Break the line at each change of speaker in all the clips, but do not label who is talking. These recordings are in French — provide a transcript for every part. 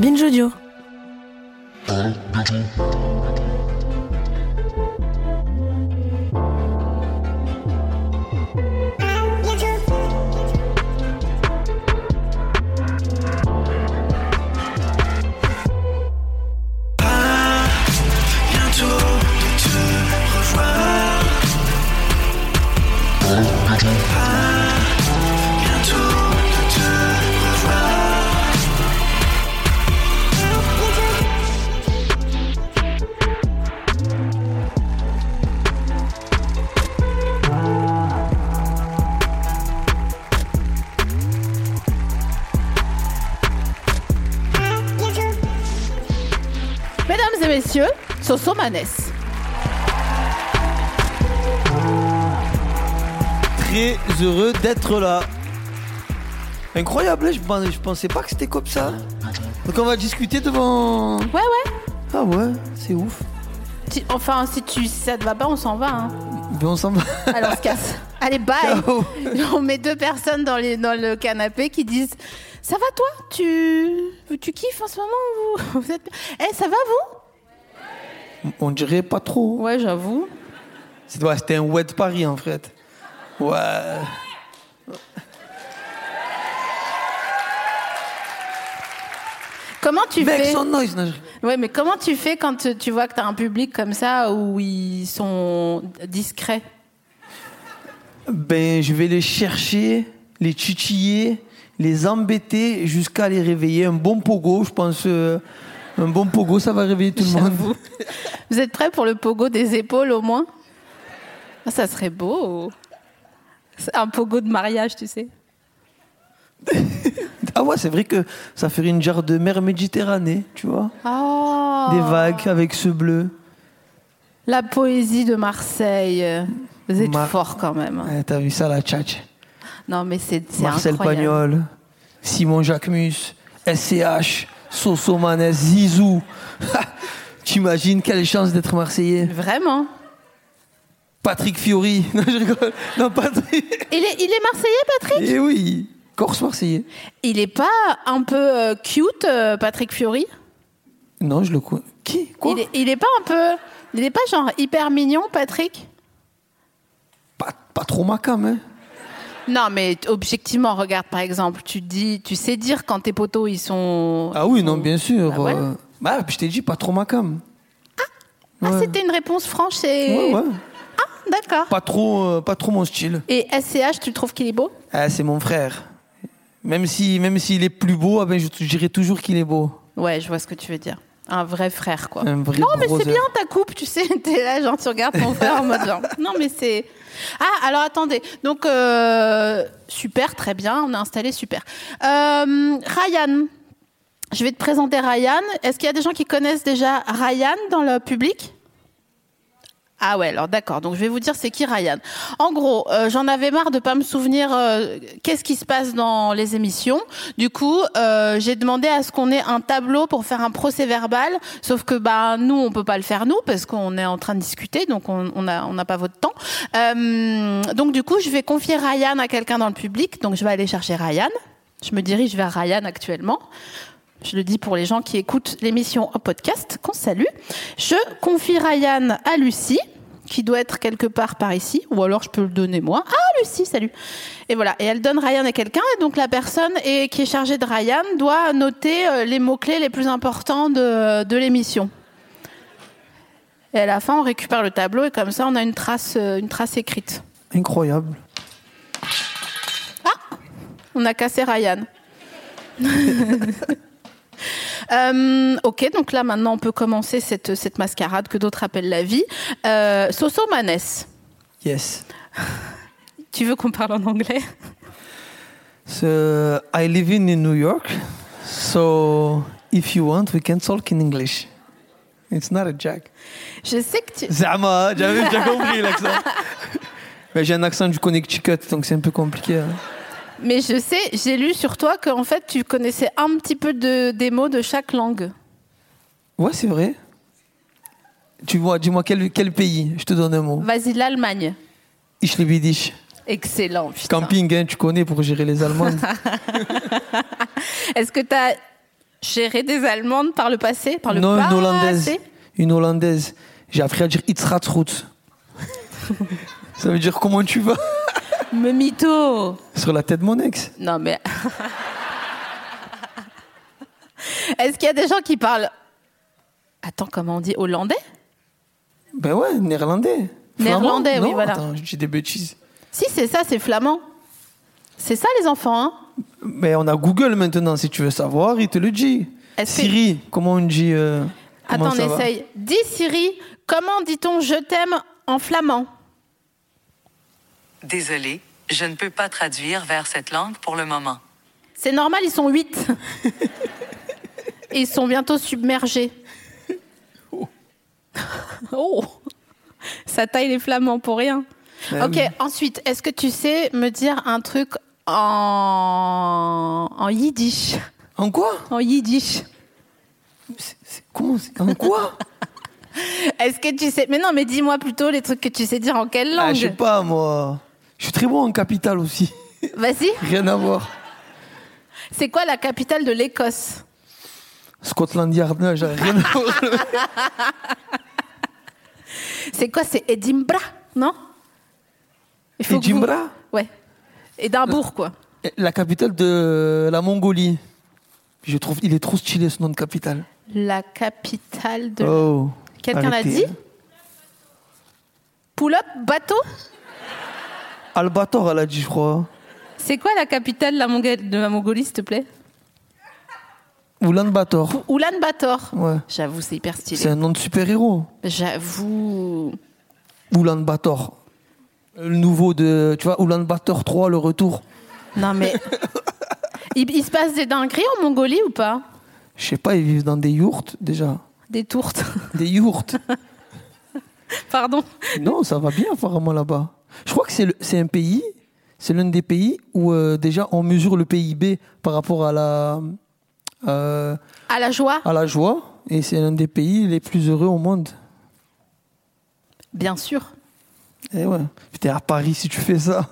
Binge Audio.
Mesdames et messieurs, Soso Manès.
Très heureux d'être là. Incroyable, hein, je, pens- je pensais pas que c'était comme ça. Donc on va discuter devant.
Ouais, ouais.
Ah ouais, c'est ouf.
Tu- Enfin, si, tu, si ça te va pas, on s'en va. hein.
Ben on s'en va.
Alors, on se casse. Allez, bye.
Ciao.
On met deux personnes dans, les, dans le canapé qui disent Ça va, toi tu, tu kiffes en ce moment vous, vous êtes... Eh, ça va, vous
On dirait pas trop.
Ouais, j'avoue.
C'est- ouais, C'était un wet Paris en fait. Ouais.
Comment tu
Mec,
fais
son noise. non, je-
Ouais, mais comment tu fais quand tu- tu vois que t'as un public comme ça où ils sont discrets
Ben, je vais les chercher, les titiller, les embêter jusqu'à les réveiller. Un bon pogo, je pense. euh, un bon pogo, ça va réveiller tout le monde.
Vous êtes prêts pour le pogo des épaules au moins Ah, Ça serait beau. C'est Un pogo de mariage, tu sais.
Ah ouais, c'est vrai que ça ferait une jarre de mer Méditerranée, tu vois.
Oh,
Des vagues avec ce bleu.
La poésie de Marseille. Vous êtes
Mar-
fort quand même. hein.
Ouais, T'as vu ça, la tchatch
Non, mais c'est c'est
Marcel
incroyable.
Pagnol, Simon Jacquemus, SCH, Soso Manès, Zizou. T'imagines quelle chance d'être Marseillais.
Vraiment.
Patrick Fiori. Non, je rigole. Non, Patrick.
Il est, il est marseillais, Patrick
Eh oui, Corse Marseillais.
Il est pas un peu euh, cute, euh, Patrick Fiori
Non, je le connais. Qui Quoi
il est, il est pas un peu... Il est pas genre hyper mignon, Patrick
pas, pas trop macam, hein.
Non, mais t- objectivement, regarde, par exemple, tu dis, tu sais dire quand tes poteaux, ils sont...
Ah oui, non, bien sûr.
Ah ouais
euh, bah, je t'ai dit, pas trop macam.
Ah,
Ouais.
c'était une réponse franche et...
Ouais, ouais.
D'accord.
Pas trop, euh, pas trop mon style.
Et SCH, tu trouves qu'il est beau
Ah, c'est mon frère. Même si, même s'il est plus beau, ah ben, je je dirais toujours qu'il est beau.
Ouais, je vois ce que tu veux dire. Un vrai frère, quoi.
Un vrai
non, mais c'est
brother.
bien ta coupe, tu sais. T'es là, genre, tu regardes ton frère en mode genre. Non, mais c'est. Ah, alors attendez. Donc, euh, super, très bien. On a installé super. Euh, Ryan. Je vais te présenter Ryan. Est-ce qu'il y a des gens qui connaissent déjà Ryan dans le public Ah ouais, alors d'accord. Donc je vais vous dire c'est qui Ryan. En gros, euh, j'en avais marre de pas me souvenir euh, qu'est-ce qui se passe dans les émissions. Du coup, euh, j'ai demandé à ce qu'on ait un tableau pour faire un procès-verbal. Sauf que bah nous, on peut pas le faire nous parce qu'on est en train de discuter, donc on on a- on n'a pas votre temps. Euh, donc du coup, je vais confier Ryan à quelqu'un dans le public. Donc je vais aller chercher Ryan. Je me dirige vers Ryan actuellement. Je le dis pour les gens qui écoutent l'émission en podcast, qu'on salue. Je confie Ryan à Lucie, qui doit être quelque part par ici, ou alors je peux le donner moi. Ah, Lucie, salut. Et voilà. Et elle donne Ryan à quelqu'un, et donc la personne est- qui est chargée de Ryan doit noter euh, les mots-clés les plus importants de, de l'émission. Et à la fin, on récupère le tableau, et comme ça, on a une trace, euh, une trace écrite.
Incroyable.
On a cassé Ryan. Euh, ok, donc là maintenant on peut commencer cette, cette mascarade que d'autres appellent la vie. Euh, Soso Manès,
Yes.
Tu veux qu'on parle en anglais
So I live in New York. So if you want, we can talk in English. It's not a joke.
Je sais que tu.
Zama, hein, j'avais déjà compris l'accent. Mais j'ai un accent du Connecticut, donc c'est un peu compliqué. hein.
Mais je sais, j'ai lu sur toi qu'en fait, tu connaissais un petit peu de, des mots de chaque langue.
Ouais, c'est vrai. Tu vois, dis-moi quel, quel pays. Je te donne un mot.
Vas-y, l'Allemagne.
Ich liebe dich.
Excellent. putain.
Camping, hein, tu connais pour gérer les Allemandes.
Est-ce que tu as géré des Allemandes par le passé par le
non, une
passé
hollandaise. Une hollandaise. J'ai appris à dire Itzratrut. Ça veut dire comment tu vas
Me mytho
Sur la tête de mon ex.
Non, mais. Est-ce qu'il y a des gens qui parlent. Attends, comment on dit Hollandais
Ben ouais, néerlandais. Flamand
Néerlandais, oui,
Non,
voilà.
Attends, je dis des bêtises.
Si, c'est ça, c'est flamand. C'est ça, les enfants, hein
Mais Ben, on a Google maintenant, si tu veux savoir, il te le dit.
Est-ce que-
Siri, comment on dit euh, comment
Attends,
ça
on
va
essaye. Dis Siri, comment dit-on je t'aime en flamand
Désolé, je ne peux pas traduire vers cette langue pour le moment.
C'est normal, ils sont 8. ils sont bientôt submergés. Oh. Ça taille les flamands pour rien.
Ah
ok,
oui.
ensuite, est-ce que tu sais me dire un truc en, en yiddish
En quoi
En yiddish.
C'est- c'est- Comment c'est- En quoi
Est-ce que tu sais. Mais non, mais dis-moi plutôt les trucs que tu sais dire en quelle
ah, Je
langue
sais pas, moi. Je suis très bon en capitale aussi.
Vas-y.
Rien à voir.
C'est quoi la capitale de l'Écosse
Scotland Yard, non, j'ai rien à voir.
C'est quoi C'est Edinburgh, non Il que vous-
Edinburgh
Ouais. Edimbourg, quoi.
La capitale de la Mongolie. Je trouve, il est trop stylé ce nom de capitale.
La capitale de.
Oh.
Quelqu'un l'a
arrêtez.
dit Pull-up, bateau
Albator, elle a dit, je crois.
C'est quoi la capitale de la, Monga- de la Mongolie, s'il te plaît
Ou Bator.
Oulan Bator.
Ouais.
J'avoue, c'est hyper stylé.
C'est un nom de super-héros.
J'avoue.
Oulan Bator. Le nouveau de. Tu vois, Oulan Bator 3, le retour.
Non, mais. il, il se passe des dingueries en Mongolie ou pas
Je sais pas, ils vivent dans des yourtes déjà.
Des tourtes.
Des yourtes.
Pardon.
non, ça va bien apparemment là-bas. Je crois que c'est le- c'est un pays, c'est l'un des pays où euh, déjà on mesure le PIB par rapport à la, euh,
À la joie
à la joie. Et c'est l'un des pays les plus heureux au monde.
Bien sûr.
Et Eh ouais. Putain, à Paris, si tu fais ça,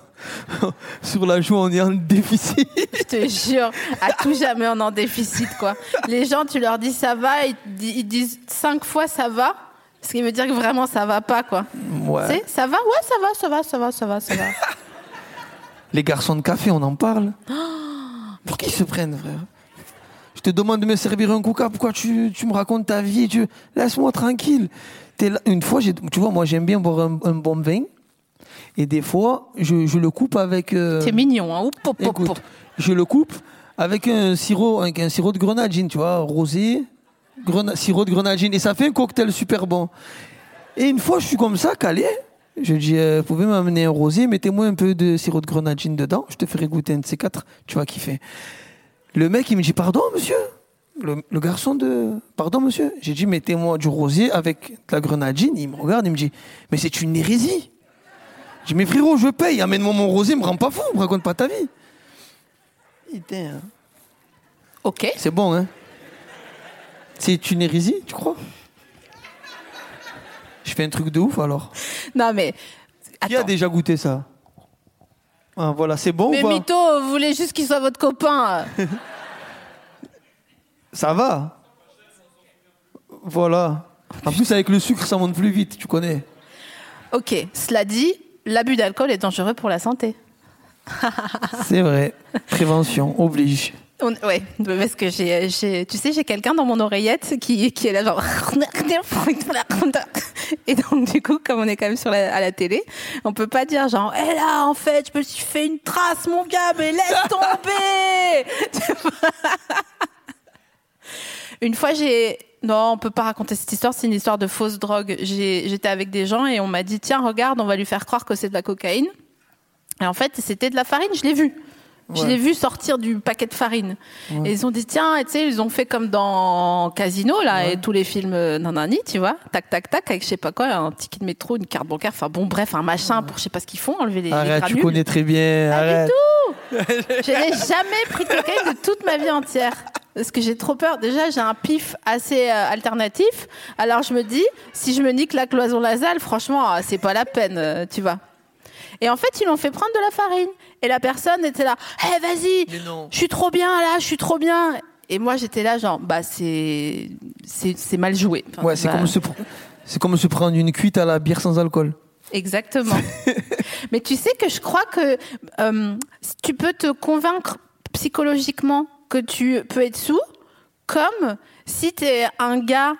sur la joie, on est en déficit.
Je te jure, à tout jamais on est en déficit quoi. Les gens, tu leur dis ça va, ils, te di- ils disent cinq fois ça va, ce qui veut dire que vraiment ça va pas quoi.
Ouais.
Tu sais, ça va, ouais, ça va, ça va, ça va, ça va, ça va.
Les garçons de café, on en parle. Pour qui se prennent, frère Je te demande de me servir un coca, pourquoi tu, tu me racontes ta vie tu... Laisse-moi tranquille. T'es là- Une fois, j'ai- tu vois, moi j'aime bien boire un, un bon vin. Et des fois, je, je le coupe avec... euh,
C'est mignon, hein. Oup, pop, pop,
écoute,
pop.
je le coupe avec un sirop, avec un sirop de grenadine, tu vois, rosé, grena- sirop de grenadine. Et ça fait un cocktail super bon. Et une fois, je suis comme ça, calé. Je dis, euh, vous pouvez m'amener un rosé, mettez-moi un peu de sirop de grenadine dedans. Je te ferai goûter un de ces quatre. Tu vas kiffer. Le mec, il me dit, pardon, monsieur. Le, le garçon de, pardon, monsieur. J'ai dit, mettez-moi du rosé avec de la grenadine. Il me regarde, il me dit, mais c'est une hérésie. Je dis, mais frérot, je paye. Amène-moi mon rosé, me rends pas fou, me raconte pas ta vie. Putain.
hein. Ok.
C'est bon, hein C'est une hérésie, tu crois Je fais un truc de ouf alors.
Non mais.
Qui a
Attends.
déjà goûté ça Ah, Voilà, c'est bon
Mais
ou pas
mytho, vous voulez juste qu'il soit votre copain. euh.
Ça va Voilà. En plus, avec le sucre, ça monte plus vite, tu connais.
Ok. Cela dit, l'abus d'alcool est dangereux pour la santé.
C'est vrai. Prévention oblige.
On- ouais, parce que j'ai, j'ai- tu sais, j'ai quelqu'un dans mon oreillette qui, qui est là genre. Et donc du coup, comme on est quand même sur la, à la télé, on peut pas dire genre, hé là, en fait, je me suis fait une trace, mon gars, mais laisse tomber. Tu vois une fois, j'ai, non, on peut pas raconter cette histoire, c'est une histoire de fausse drogue. J'ai- j'étais avec des gens et on m'a dit, tiens, regarde, on va lui faire croire que c'est de la cocaïne. Et en fait, c'était de la farine, je l'ai vu. Je
Ouais.
l'ai vu sortir du paquet de farine. Et ils ont dit, tiens, et tu sais, ils ont fait comme dans Casino, là, et tous les films euh, nanani, tu vois. Tac, tac, tac, avec je sais pas quoi, un ticket de métro, une carte bancaire, enfin bon, bref, un machin pour je sais pas ce qu'ils font, enlever les, les
Arrête, tu
granules.
connais très bien.
Pas
arrête.
du tout Je n'ai jamais pris de cocaïne de toute ma vie entière. Parce que j'ai trop peur. Déjà, j'ai un pif assez euh, alternatif. Alors je me dis, si je me nique la cloison nasale, franchement, euh, c'est pas la peine, euh, tu vois. Et en fait, ils l'ont fait prendre de la farine. Et la personne était là, hé,
Mais
vas-y,
non.
je suis trop bien là, je suis trop bien. Et moi, j'étais là, genre, bah, c'est c'est c'est mal joué. Enfin,
Ouais, c'est
voilà.
comme se pr- c'est comme se prendre une cuite à la bière sans alcool.
Exactement. Mais tu sais que je crois que euh, si tu peux te convaincre psychologiquement que tu peux être sous, comme si tu es un gars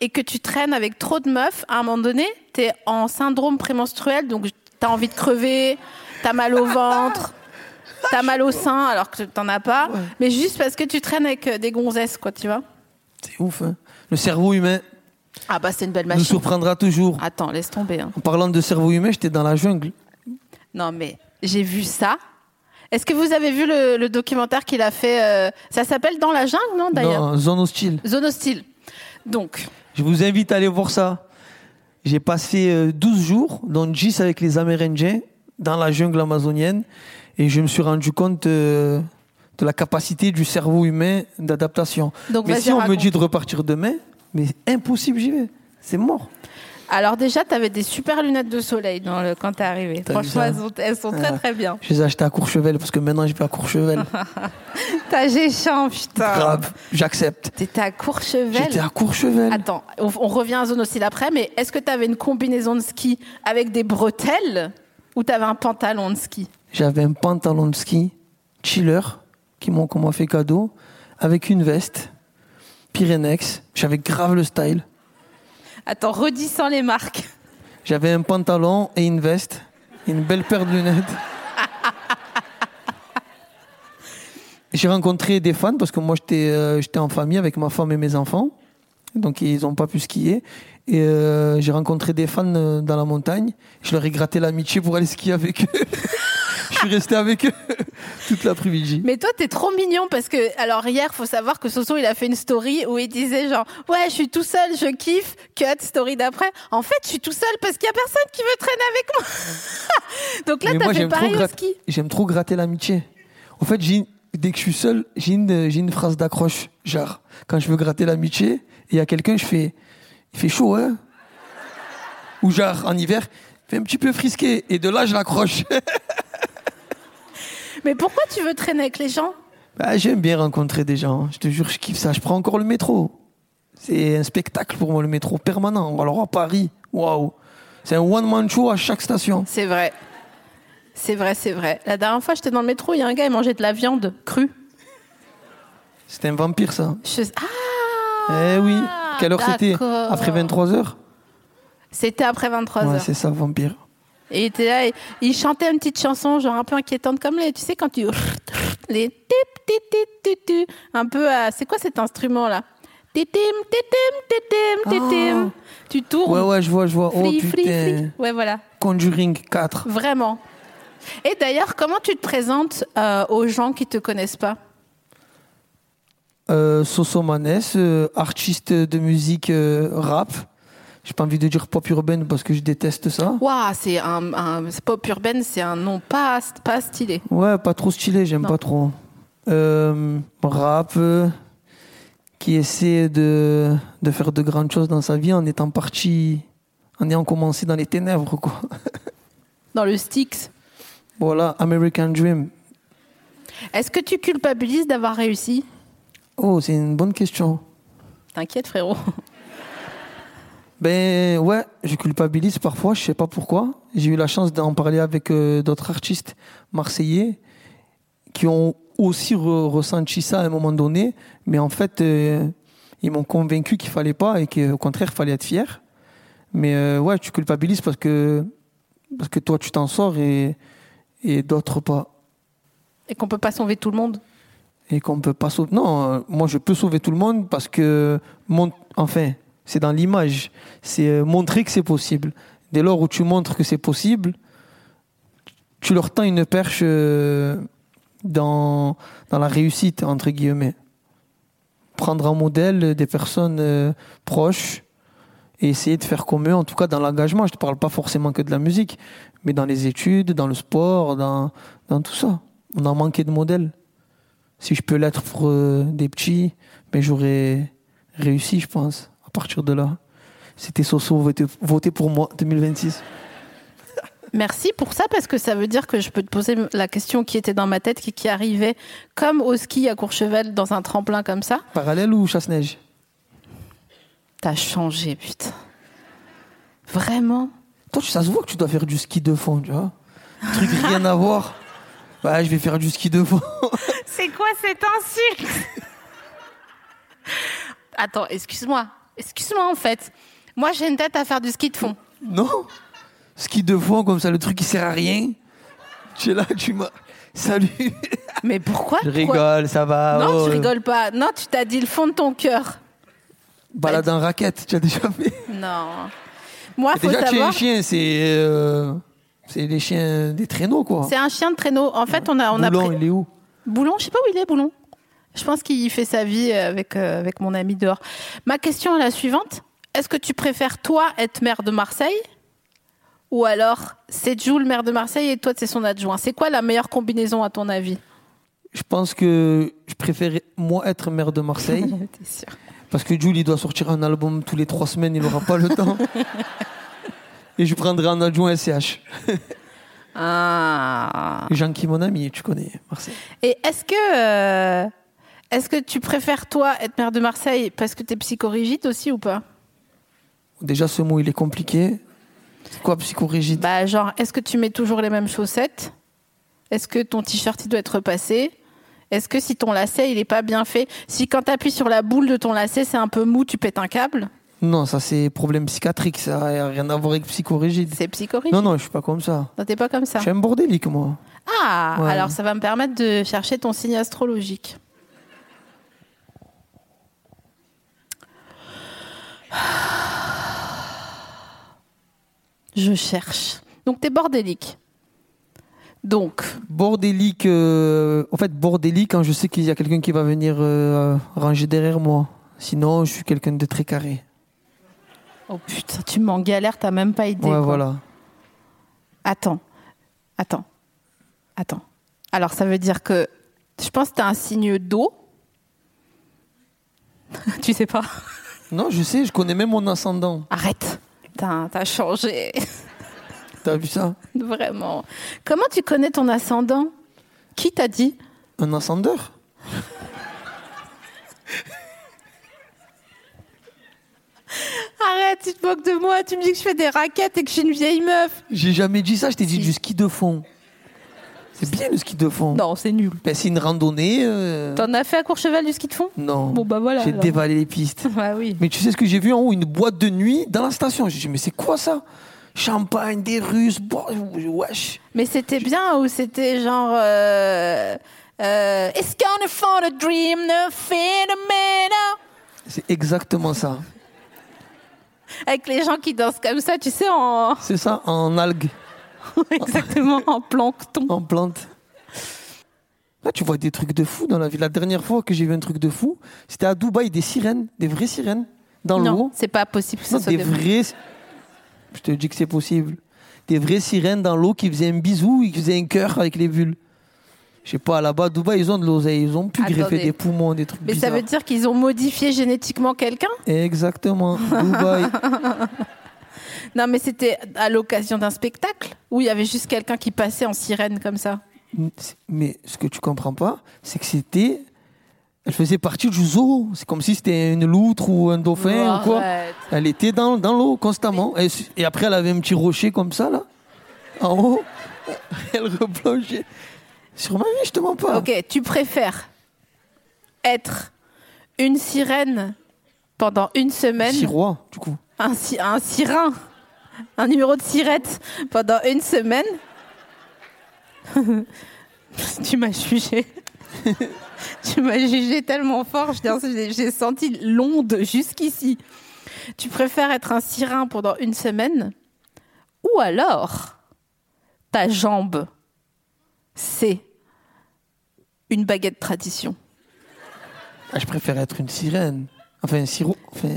et que tu traînes avec trop de meufs, à un moment donné, tu es en syndrome prémenstruel, donc tu as envie de crever, tu as mal au ventre. T'as mal au sein alors que t'en as pas, mais juste parce que tu traînes avec euh, des gonzesses, quoi, tu vois.
C'est ouf. hein. Le cerveau humain
Ah bah c'est une belle
nous
machine.
surprendra toujours.
Attends, laisse tomber. hein.
En parlant de cerveau humain, j'étais dans la jungle.
Non, mais j'ai vu ça. Est-ce que vous avez vu le, le documentaire qu'il a fait euh, Ça s'appelle Dans la jungle, non d'ailleurs
Dans zone hostile.
Zone hostile. Donc,
Je vous invite à aller voir ça. J'ai passé euh, 12 jours dans 10 avec les Amérindiens dans la jungle amazonienne et je me suis rendu compte euh, de la capacité du cerveau humain d'adaptation.
Donc,
Mais
vas-y,
si on me
raconte.
dit de repartir demain, mais impossible, j'y vais. C'est mort.
alors déjà, tu avais des super lunettes de soleil dans le, quand t'es arrivé.
T'as vu
Franchement,
ça Ah.
elles sont, elles sont très
Ouais.
très bien.
Je les ai achetés à Courchevel parce que maintenant je vais à Courchevel.
T'as Géchamp, putain.
Grave, j'accepte.
T'étais à Ah. Courchevel.
J'étais à Courchevel.
Attends, on, on revient à zone hostile après, mais est-ce que t'avais une combinaison de ski avec des bretelles ou t'avais un pantalon de ski
J'avais un pantalon de ski chiller qui m'ont qu'on m'a fait cadeau avec une veste Pyrenex. J'avais grave le style.
Attends, redis sans les marques.
J'avais un pantalon et une veste, et une belle paire de lunettes. J'ai rencontré des fans parce que moi j'étais euh, j'étais en famille avec ma femme et mes enfants, donc ils n'ont pas pu skier. Et euh, j'ai rencontré des fans euh, dans la montagne. Je leur ai gratté l'amitié pour aller skier avec eux. Je suis resté avec eux toute l'après-midi.
Mais toi, t'es trop mignon parce que, alors hier, faut savoir que Soso, il a fait une story où il disait genre, ouais, je suis tout seul, je kiffe, cut, story d'après. En fait, je suis tout seul parce qu'il y a personne qui veut traîner avec moi. Donc là,
Mais
t'as
moi
fait
j'aime trop,
pareil au
gratter-
ski.
j'aime trop gratter l'amitié. En fait, j'ai une- dès que je suis seul, j'ai une, j'ai une phrase d'accroche. Genre, quand je veux gratter l'amitié, il y a quelqu'un, je fais Il fait chaud, hein Ou genre, en hiver, il fait un petit peu frisqué. Et de là, je l'accroche.
Mais pourquoi tu veux traîner avec les gens?
Bah, j'aime bien rencontrer des gens. Je te jure, je kiffe ça. Je prends encore le métro. C'est un spectacle pour moi, le métro permanent. Alors à Paris, waouh C'est un one-man show à chaque station.
C'est vrai. C'est vrai, c'est vrai. La dernière fois, j'étais dans le métro, il y a un gars, il mangeait de la viande crue.
C'est un vampire, ça.
Je- Ah!
eh oui. Quelle heure c'était
d'accord.
Après 23h
C'était après 23
Ouais,
heures.
c'est ça, vampire.
Et il était là, et il chantait une petite chanson, genre un peu inquiétante, comme les, tu sais, quand tu. Les. tip, tip, tip, tip, tip, Un peu à. C'est quoi cet instrument-là Titim, titim, titim, titim. Tu tournes.
Ah. Ouais, ouais, je vois, je vois. Oh
Fli, fli, fli.
putain.
Ouais, voilà.
Conjuring 4.
Vraiment. Et d'ailleurs, comment tu te présentes euh, aux gens qui te connaissent pas
Euh, Soso Maness, euh, artiste de musique euh, rap. J'ai pas envie de dire pop urbaine parce que je déteste ça.
Waouh, c'est un, un- c'est pop urbaine, c'est un nom pas, pas stylé.
Ouais, pas trop stylé, j'aime
Non.
pas trop. Euh, rap euh, qui essaie de, de faire de grandes choses dans sa vie en étant parti, en ayant commencé dans les ténèbres, quoi.
Dans le Styx.
Voilà, American Dream.
Est-ce que tu culpabilises d'avoir réussi
Oh, c'est une bonne question.
T'inquiète, frérot.
Ben ouais, je culpabilise parfois, je sais pas pourquoi. J'ai eu la chance d'en parler avec euh, d'autres artistes marseillais qui ont aussi re- ressenti ça à un moment donné, mais en fait, euh, ils m'ont convaincu qu'il fallait pas et qu'au contraire, il fallait être fier. Mais euh, ouais, tu culpabilises parce que, parce que toi, tu t'en sors et, et d'autres pas.
Et qu'on peut pas sauver tout le monde
Et qu'on peut pas sauver. Non, euh, moi, je peux sauver tout le monde parce que. Mon... Enfin, c'est dans l'image. C'est euh, montrer que c'est possible. Dès lors où tu montres que c'est possible, tu leur tends une perche euh, dans, dans la réussite, entre guillemets. Prendre en modèle des personnes euh, proches et essayer de faire comme eux, en tout cas dans l'engagement. Je ne te parle pas forcément que de la musique, mais dans les études, dans le sport, dans, dans tout ça. On a manqué de modèles. Si je peux l'être pour euh, des petits, mais j'aurais réussi, je pense, à partir de là. C'était Soso, votez, votez pour moi 2026.
Merci pour ça, parce que ça veut dire que je peux te poser la question qui était dans ma tête, qui, qui arrivait comme au ski à Courchevel dans un tremplin comme ça.
Parallèle ou chasse-neige
T'as changé, putain. Vraiment
Toi, tu- ça se voit que tu dois faire du ski de fond, tu vois. Truc rien à voir. Bah, je vais faire du ski de fond.
C'est quoi cette insulte Attends, excuse-moi. Excuse-moi, en fait. Moi, j'ai une tête à faire du ski de fond.
non Ski de fond, comme ça, le truc qui sert à rien. Tu es là, tu m'as. Salut
Mais pourquoi
Je
Pourquoi
rigole, ça va.
Non,
oh,
tu rigoles pas. Non, tu t'as dit le fond de ton cœur.
Balade en raquette, tu as déjà fait.
Non. Moi, faut
Déjà, tu es un
savoir.
chien, c'est. euh, c'est des chiens, des traîneaux, quoi.
C'est un chien de traîneau. En fait, on a, Ah, on a
Boulon,
pris-
il est où
Boulon, je sais pas où il est, Boulon. Je pense qu'il fait sa vie euh, avec, euh, avec mon ami dehors. Ma question est la suivante. Est-ce que tu préfères, toi, être maire de Marseille Ou alors, c'est Jules, maire de Marseille, et toi, c'est son adjoint C'est quoi la meilleure combinaison, à ton avis
Je pense que je préfère, moi, être maire de Marseille.
T'es sûr.
Parce que Jules, il doit sortir un album tous les trois semaines, il n'aura pas le temps. Et je prendrai un adjoint SCH.
Ah.
Jean qui est mon ami, tu connais Marseille.
Et est-ce que, euh, est-ce que tu préfères, toi, être maire de Marseille parce que t'es psychorigide aussi ou pas
Déjà, ce mot, il est compliqué. C'est quoi psychorigide
Bah, genre, est-ce que tu mets toujours les mêmes chaussettes Est-ce que ton t-shirt, il doit être repassé Est-ce que si ton lacet, il est pas bien fait Si quand t'appuies sur la boule de ton lacet, c'est un peu mou, tu pètes un câble
Non, ça, c'est problème psychiatrique, ça n'a rien à voir avec psychorigide.
C'est psychorigide.
Non,
Non,
non, je suis pas comme ça.
t'es pas comme ça.
Je suis un bordélique, moi.
Ah,
Ouais.
alors ça va me permettre de chercher ton signe astrologique. Je cherche. Donc t'es bordélique. Donc,
Bordélique, euh, en fait, bordélique quand je sais qu'il y a quelqu'un qui va venir euh, ranger derrière moi. Sinon, je suis quelqu'un de très carré.
Oh putain, tu m'en galères, t'as même pas idée.
Ouais,
quoi.
voilà.
Attends, attends, attends. Alors ça veut dire que je pense que t'as un signe d'eau. tu sais pas.
Non, je sais, je connais même mon ascendant.
Arrête. Putain, T'as changé,
T'as vu ça
vraiment. Comment tu connais ton ascendant Qui t'a dit
Un ascendeur
Arrête, tu te moques de moi, tu me dis que je fais des raquettes et que je suis une vieille meuf.
J'ai jamais dit ça, je t'ai dit
Si.
du ski de fond. C'est bien le ski de fond.
Non, c'est nul.
Ben, c'est une randonnée. euh,
T'en as fait à Courchevel du ski de fond
Non.
Bon, bah voilà,
J'ai
alors.
dévalé les pistes.
Bah oui.
Mais tu sais ce que j'ai vu en haut Une boîte de nuit dans la station. J'ai dit, mais c'est quoi ça Champagne, des Russes, bo- wesh.
Mais c'était bien ou c'était genre. Euh, euh, It's gonna fall a dream, no phenomena.
C'est exactement ça.
Avec les gens qui dansent comme ça, tu sais, en.
C'est ça, en algues,
Exactement, en plancton.
en plantes. Là, tu vois des trucs de fou dans la vie. La dernière fois que j'ai vu un truc de fou, c'était à Dubaï, des sirènes, des vraies sirènes, dans l'eau.
Non, c'est pas possible que ce
Non,
soit
des
des
vrais. Je te dis que c'est possible. Des vraies sirènes dans l'eau qui faisaient un bisou et qui faisaient un cœur avec les bulles. Je sais pas, là-bas, à Dubaï, ils ont de l'oseille. Ils ont pu greffer
Attendez.
des poumons, des trucs
Mais
bizarres.
ça veut dire qu'ils ont modifié génétiquement quelqu'un
Exactement. Dubaï.
Non, mais c'était à l'occasion d'un spectacle où il y avait juste quelqu'un qui passait en sirène comme ça.
Mais ce que tu comprends pas, c'est que c'était. Elle faisait partie du zoo. C'est comme si c'était une loutre ou un dauphin ou quoi.
Arrête.
Elle était dans, dans l'eau constamment. Et, s- et après, elle avait un petit rocher comme ça, là, en haut. Elle replongeait. Sur ma vie, je te mens pas.
Ok, tu préfères être une sirène pendant une semaine
Chirois, du coup.
un, si- un sirin, un numéro de sirette pendant une semaine. tu m'as jugé. tu m'as jugé tellement fort, je veux dire, j'ai j'ai senti l'onde jusqu'ici. Tu préfères être un sirin pendant une semaine ou alors ta jambe c'est une baguette tradition.
Ah, je préfère être une sirène. Enfin, un sirop. Enfin,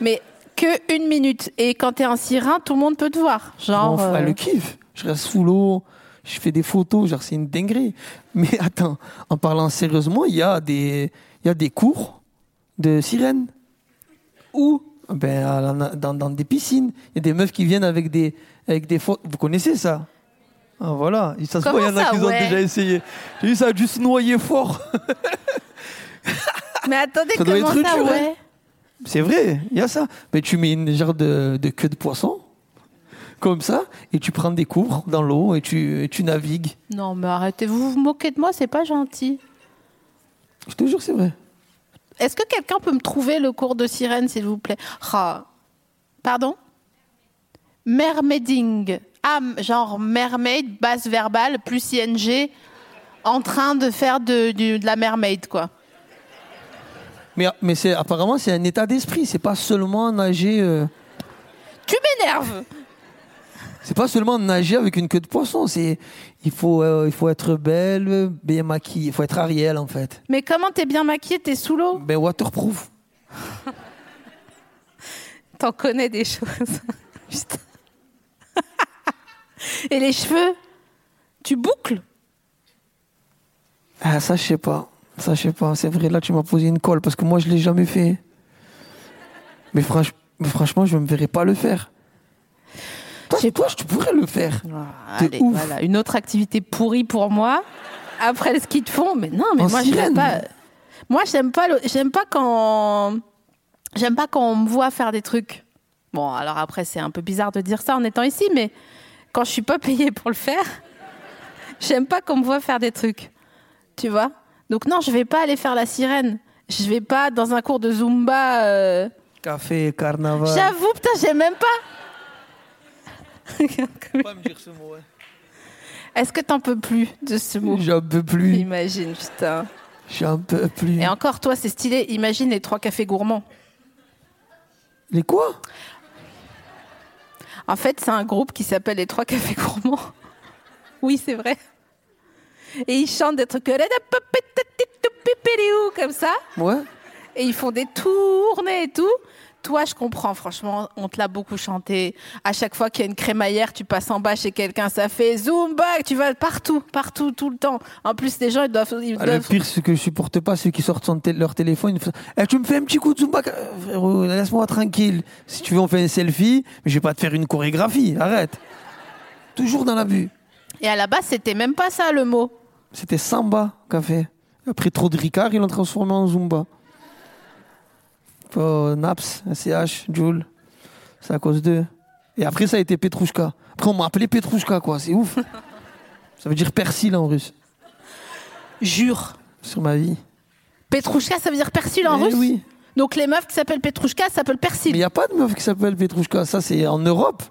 Mais que une minute. Et quand t'es un sirin, tout le monde peut te voir. Genre.
bon, elle
euh,
le kiffe. Je reste sous l'eau, je fais des photos, genre c'est une dinguerie. Mais attends, en parlant sérieusement, il y, a des- il y a des cours de sirène. Où ben, à la- dans, dans des piscines. Il y a des meufs qui viennent avec des, avec des photos. Vous connaissez ça ah, Voilà. Et Ça se voit, il y en
Comment
a
ça,
qui
ouais
ont déjà essayé. J'ai vu ça a dû se noyer fort.
Mais attendez,
Ça doit
comment
être
ça,
dur, hein.
ouais
C'est vrai, il y a ça. Mais tu mets une genre de, de queue de poisson, comme ça, et tu prends des cours dans l'eau et tu, et tu navigues.
Non, mais arrêtez, vous vous moquez de moi, c'est pas gentil.
Je te jure, c'est vrai.
Est-ce que quelqu'un peut me trouver le cours de sirène, s'il vous plaît Ah. Pardon Mermaiding. Ah, m- genre mermaid, basse verbale, plus ing, en train de faire de, du- de la mermaid, quoi.
Mais, mais c'est, apparemment, c'est un état d'esprit. C'est pas seulement nager. euh,
Tu m'énerves
c'est pas seulement nager avec une queue de poisson. C'est, il, faut, euh, il faut être belle, euh, bien maquillée. Il faut être Ariel, en fait.
Mais comment t'es bien maquillée, t'es sous l'eau
Ben, waterproof.
T'en connais des choses. Putain. Et les cheveux Tu boucles
Ah, ça, je sais pas. Ça, je sais pas. C'est vrai, là, tu m'as posé une colle parce que moi, je l'ai jamais fait. Mais franch- mais franchement, je me verrais pas le faire. Toi,
Je sais
toi, je pourrais le faire.
Ah,
T'es
Allez,
ouf.
voilà, une autre activité pourrie pour moi. Après le ski de fond, mais non, mais
En
moi je n'aime
sirène.
pas. Moi j'aime pas, le- j'aime pas quand, j'aime pas quand on me voit faire des trucs. Bon, alors après c'est un peu bizarre de dire ça en étant ici, mais quand je suis pas payée pour le faire, j'aime pas qu'on me voit faire des trucs. Tu vois Donc non, je vais pas aller faire la sirène. Je vais pas dans un cours de zumba. euh,
Café, carnaval.
J'avoue, putain, j'aime même pas.
pas me dire ce mot,
Est-ce que t'en peux plus de ce mot
J'en peux plus.
Imagine, putain.
J'en peux plus.
Et encore, toi, c'est stylé. Imagine les trois cafés gourmands.
Les quoi
En fait, c'est un groupe qui s'appelle les trois cafés gourmands. Oui, c'est vrai. Et ils chantent des trucs comme ça.
Ouais.
Et ils font des tournées et tout. Toi, je comprends, franchement, on te l'a beaucoup chanté. À chaque fois qu'il y a une crémaillère, tu passes en bas chez quelqu'un, ça fait Zumba, tu vas partout, partout, tout le temps. En plus, les gens, ils doivent. Ils
Ah, Le
doivent...
pire, c'est que je supporte pas ceux qui sortent son tél- leur téléphone. ils font ça. Eh, tu me fais un petit coup de Zumba, euh, frérot, laisse-moi tranquille. Si tu veux, on fait un selfie, mais je vais pas te faire une chorégraphie. Arrête. Toujours dans l'abus.
Et à la base, c'était même pas ça le mot.
C'était Samba qu'a fait. Après trop de Ricard, ils l'ont transformé en Zumba. Oh, Naps, SCH, Joule. C'est à cause d'eux. Et après, ça a été Petrouchka. Après, on m'a appelé Petrouchka, quoi. C'est ouf. ça veut dire persil en russe,
Jure.
sur ma vie.
Petrouchka, ça veut dire persil en
Eh
russe
oui.
Donc les meufs qui s'appellent Petrouchka s'appellent
Mais il
Persil.
n'y a pas de meuf qui s'appelle Petrouchka. Ça, c'est en Europe.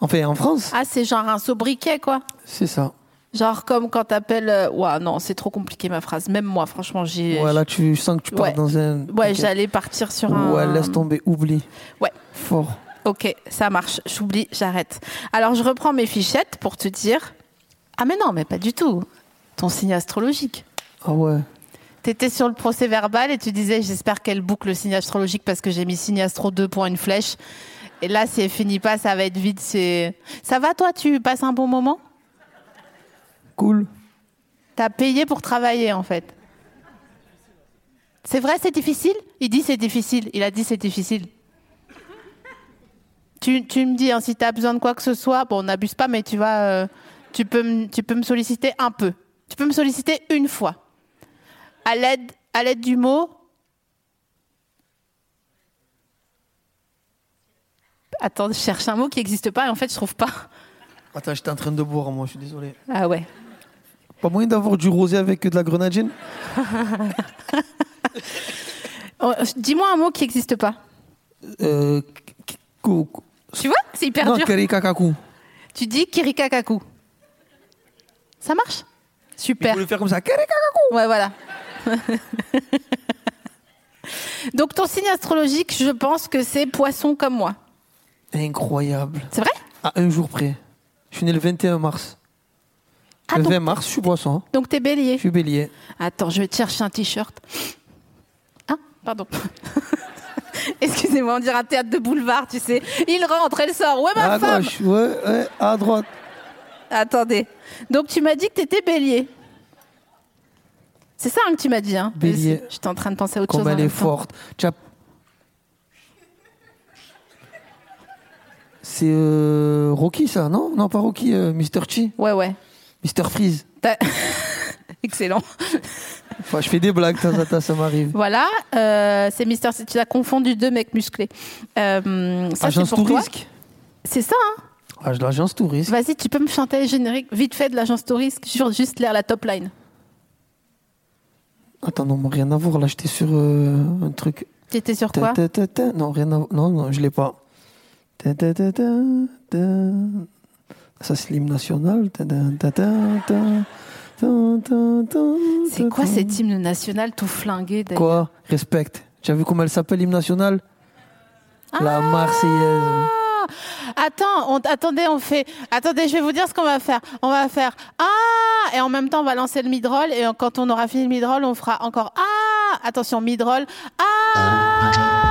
Enfin, en France.
Ah, c'est genre un sobriquet, quoi.
C'est ça.
Genre comme quand t'appelles. euh, Ouah, non, c'est trop compliqué ma phrase. Même moi, franchement, j'ai.
Voilà, tu sens que tu pars
Ouais.
dans un.
Ouais,
Ok.
j'allais partir sur un.
Ouais, laisse tomber, oublie.
Ouais.
Fort.
Ok, ça marche. J'oublie, j'arrête. Alors je reprends mes fichettes pour te dire. Ah, mais non, mais pas du tout. Ton signe astrologique.
Ah ouais.
T'étais sur le procès verbal et tu disais j'espère qu'elle boucle le signe astrologique parce que j'ai mis signe astro 2 pour une flèche. Et là, si elle finit pas, ça va être vite. C'est ça va toi Tu passes un bon moment
Cool.
T'as payé pour travailler en fait. C'est vrai, c'est difficile Il dit c'est difficile. Il a dit c'est difficile. Tu, tu me dis hein, si t'as besoin de quoi que ce soit. Bon, n'abuse pas, mais tu vas, euh, tu peux me- tu peux me solliciter un peu. Tu peux me solliciter une fois. À l'aide à l'aide du mot. Attends, je cherche un mot qui n'existe pas et en fait je trouve pas.
Attends, j'étais en train de boire, moi, je suis désolé.
Ah ouais.
Pas moyen d'avoir du rosé avec de la grenadine
Oh, Dis-moi un mot qui n'existe pas.
euh, k- k-
Tu vois, c'est hyper
Non,
dur.
Kerikakaku.
Tu dis Kirikakaku. Ça marche
Il
Super.
faut le faire comme ça. Kerikakaku.
Ouais, voilà. Donc ton signe astrologique, je pense que c'est poisson comme moi.
Incroyable.
C'est vrai
À un jour près. Je suis né le 21 mars.
Ah,
le
donc-
20 mars, je suis poisson.
Donc t'es bélier.
Je suis bélier.
Attends, je vais te chercher un t-shirt. Ah, pardon. Excusez-moi, on dirait un théâtre de boulevard, tu sais. Il rentre, elle sort. Ouais, ma
à
femme
gauche, ouais, ouais, à droite.
Attendez. Donc tu m'as dit que t'étais bélier. C'est ça hein, que tu m'as dit. Hein
Bélier.
J'étais en train de penser à autre
Comme
chose. en
elle est
même temps.
forte. Tu as- C'est euh, Rocky, ça, non Non, pas Rocky, euh, Mr. Chi,
Ouais, ouais.
Mr. Freeze.
T'as- Excellent.
Enfin, je fais des blagues, de temps en temps, ça m'arrive.
Voilà, euh, c'est Mister. C. Tu as confondu deux mecs musclés. Euh, ça, c'est
Agence
pour toi.
Tourisque
C'est ça, hein
Ah, de l'agence Tourisque.
Vas-y, tu peux me chanter le générique vite fait de l'agence touriste, sur juste l'air la top line.
Attends, non, mais rien à voir, là, j'étais sur euh, un truc.
Tu étais sur
Ta,
quoi
ta, ta, ta. Non, rien à voir. Non, non, je l'ai pas. Ta, ta, ta, ta, ta. Ça, c'est l'hymne national. Ta, ta, ta, ta, ta. Ta, ta, ta,
C'est
ta,
quoi
ta.
cette hymne nationale tout flinguée d'ailleurs
Quoi Respecte. Tu as vu comment elle s'appelle, l'hymne national La Marseillaise.
Ah Attends, on, attendez, on fait. Attendez, je vais vous dire ce qu'on va faire. On va faire ah et en même temps on va lancer le midroll et quand on aura fini le midroll, on fera encore ah. Attention midroll ah.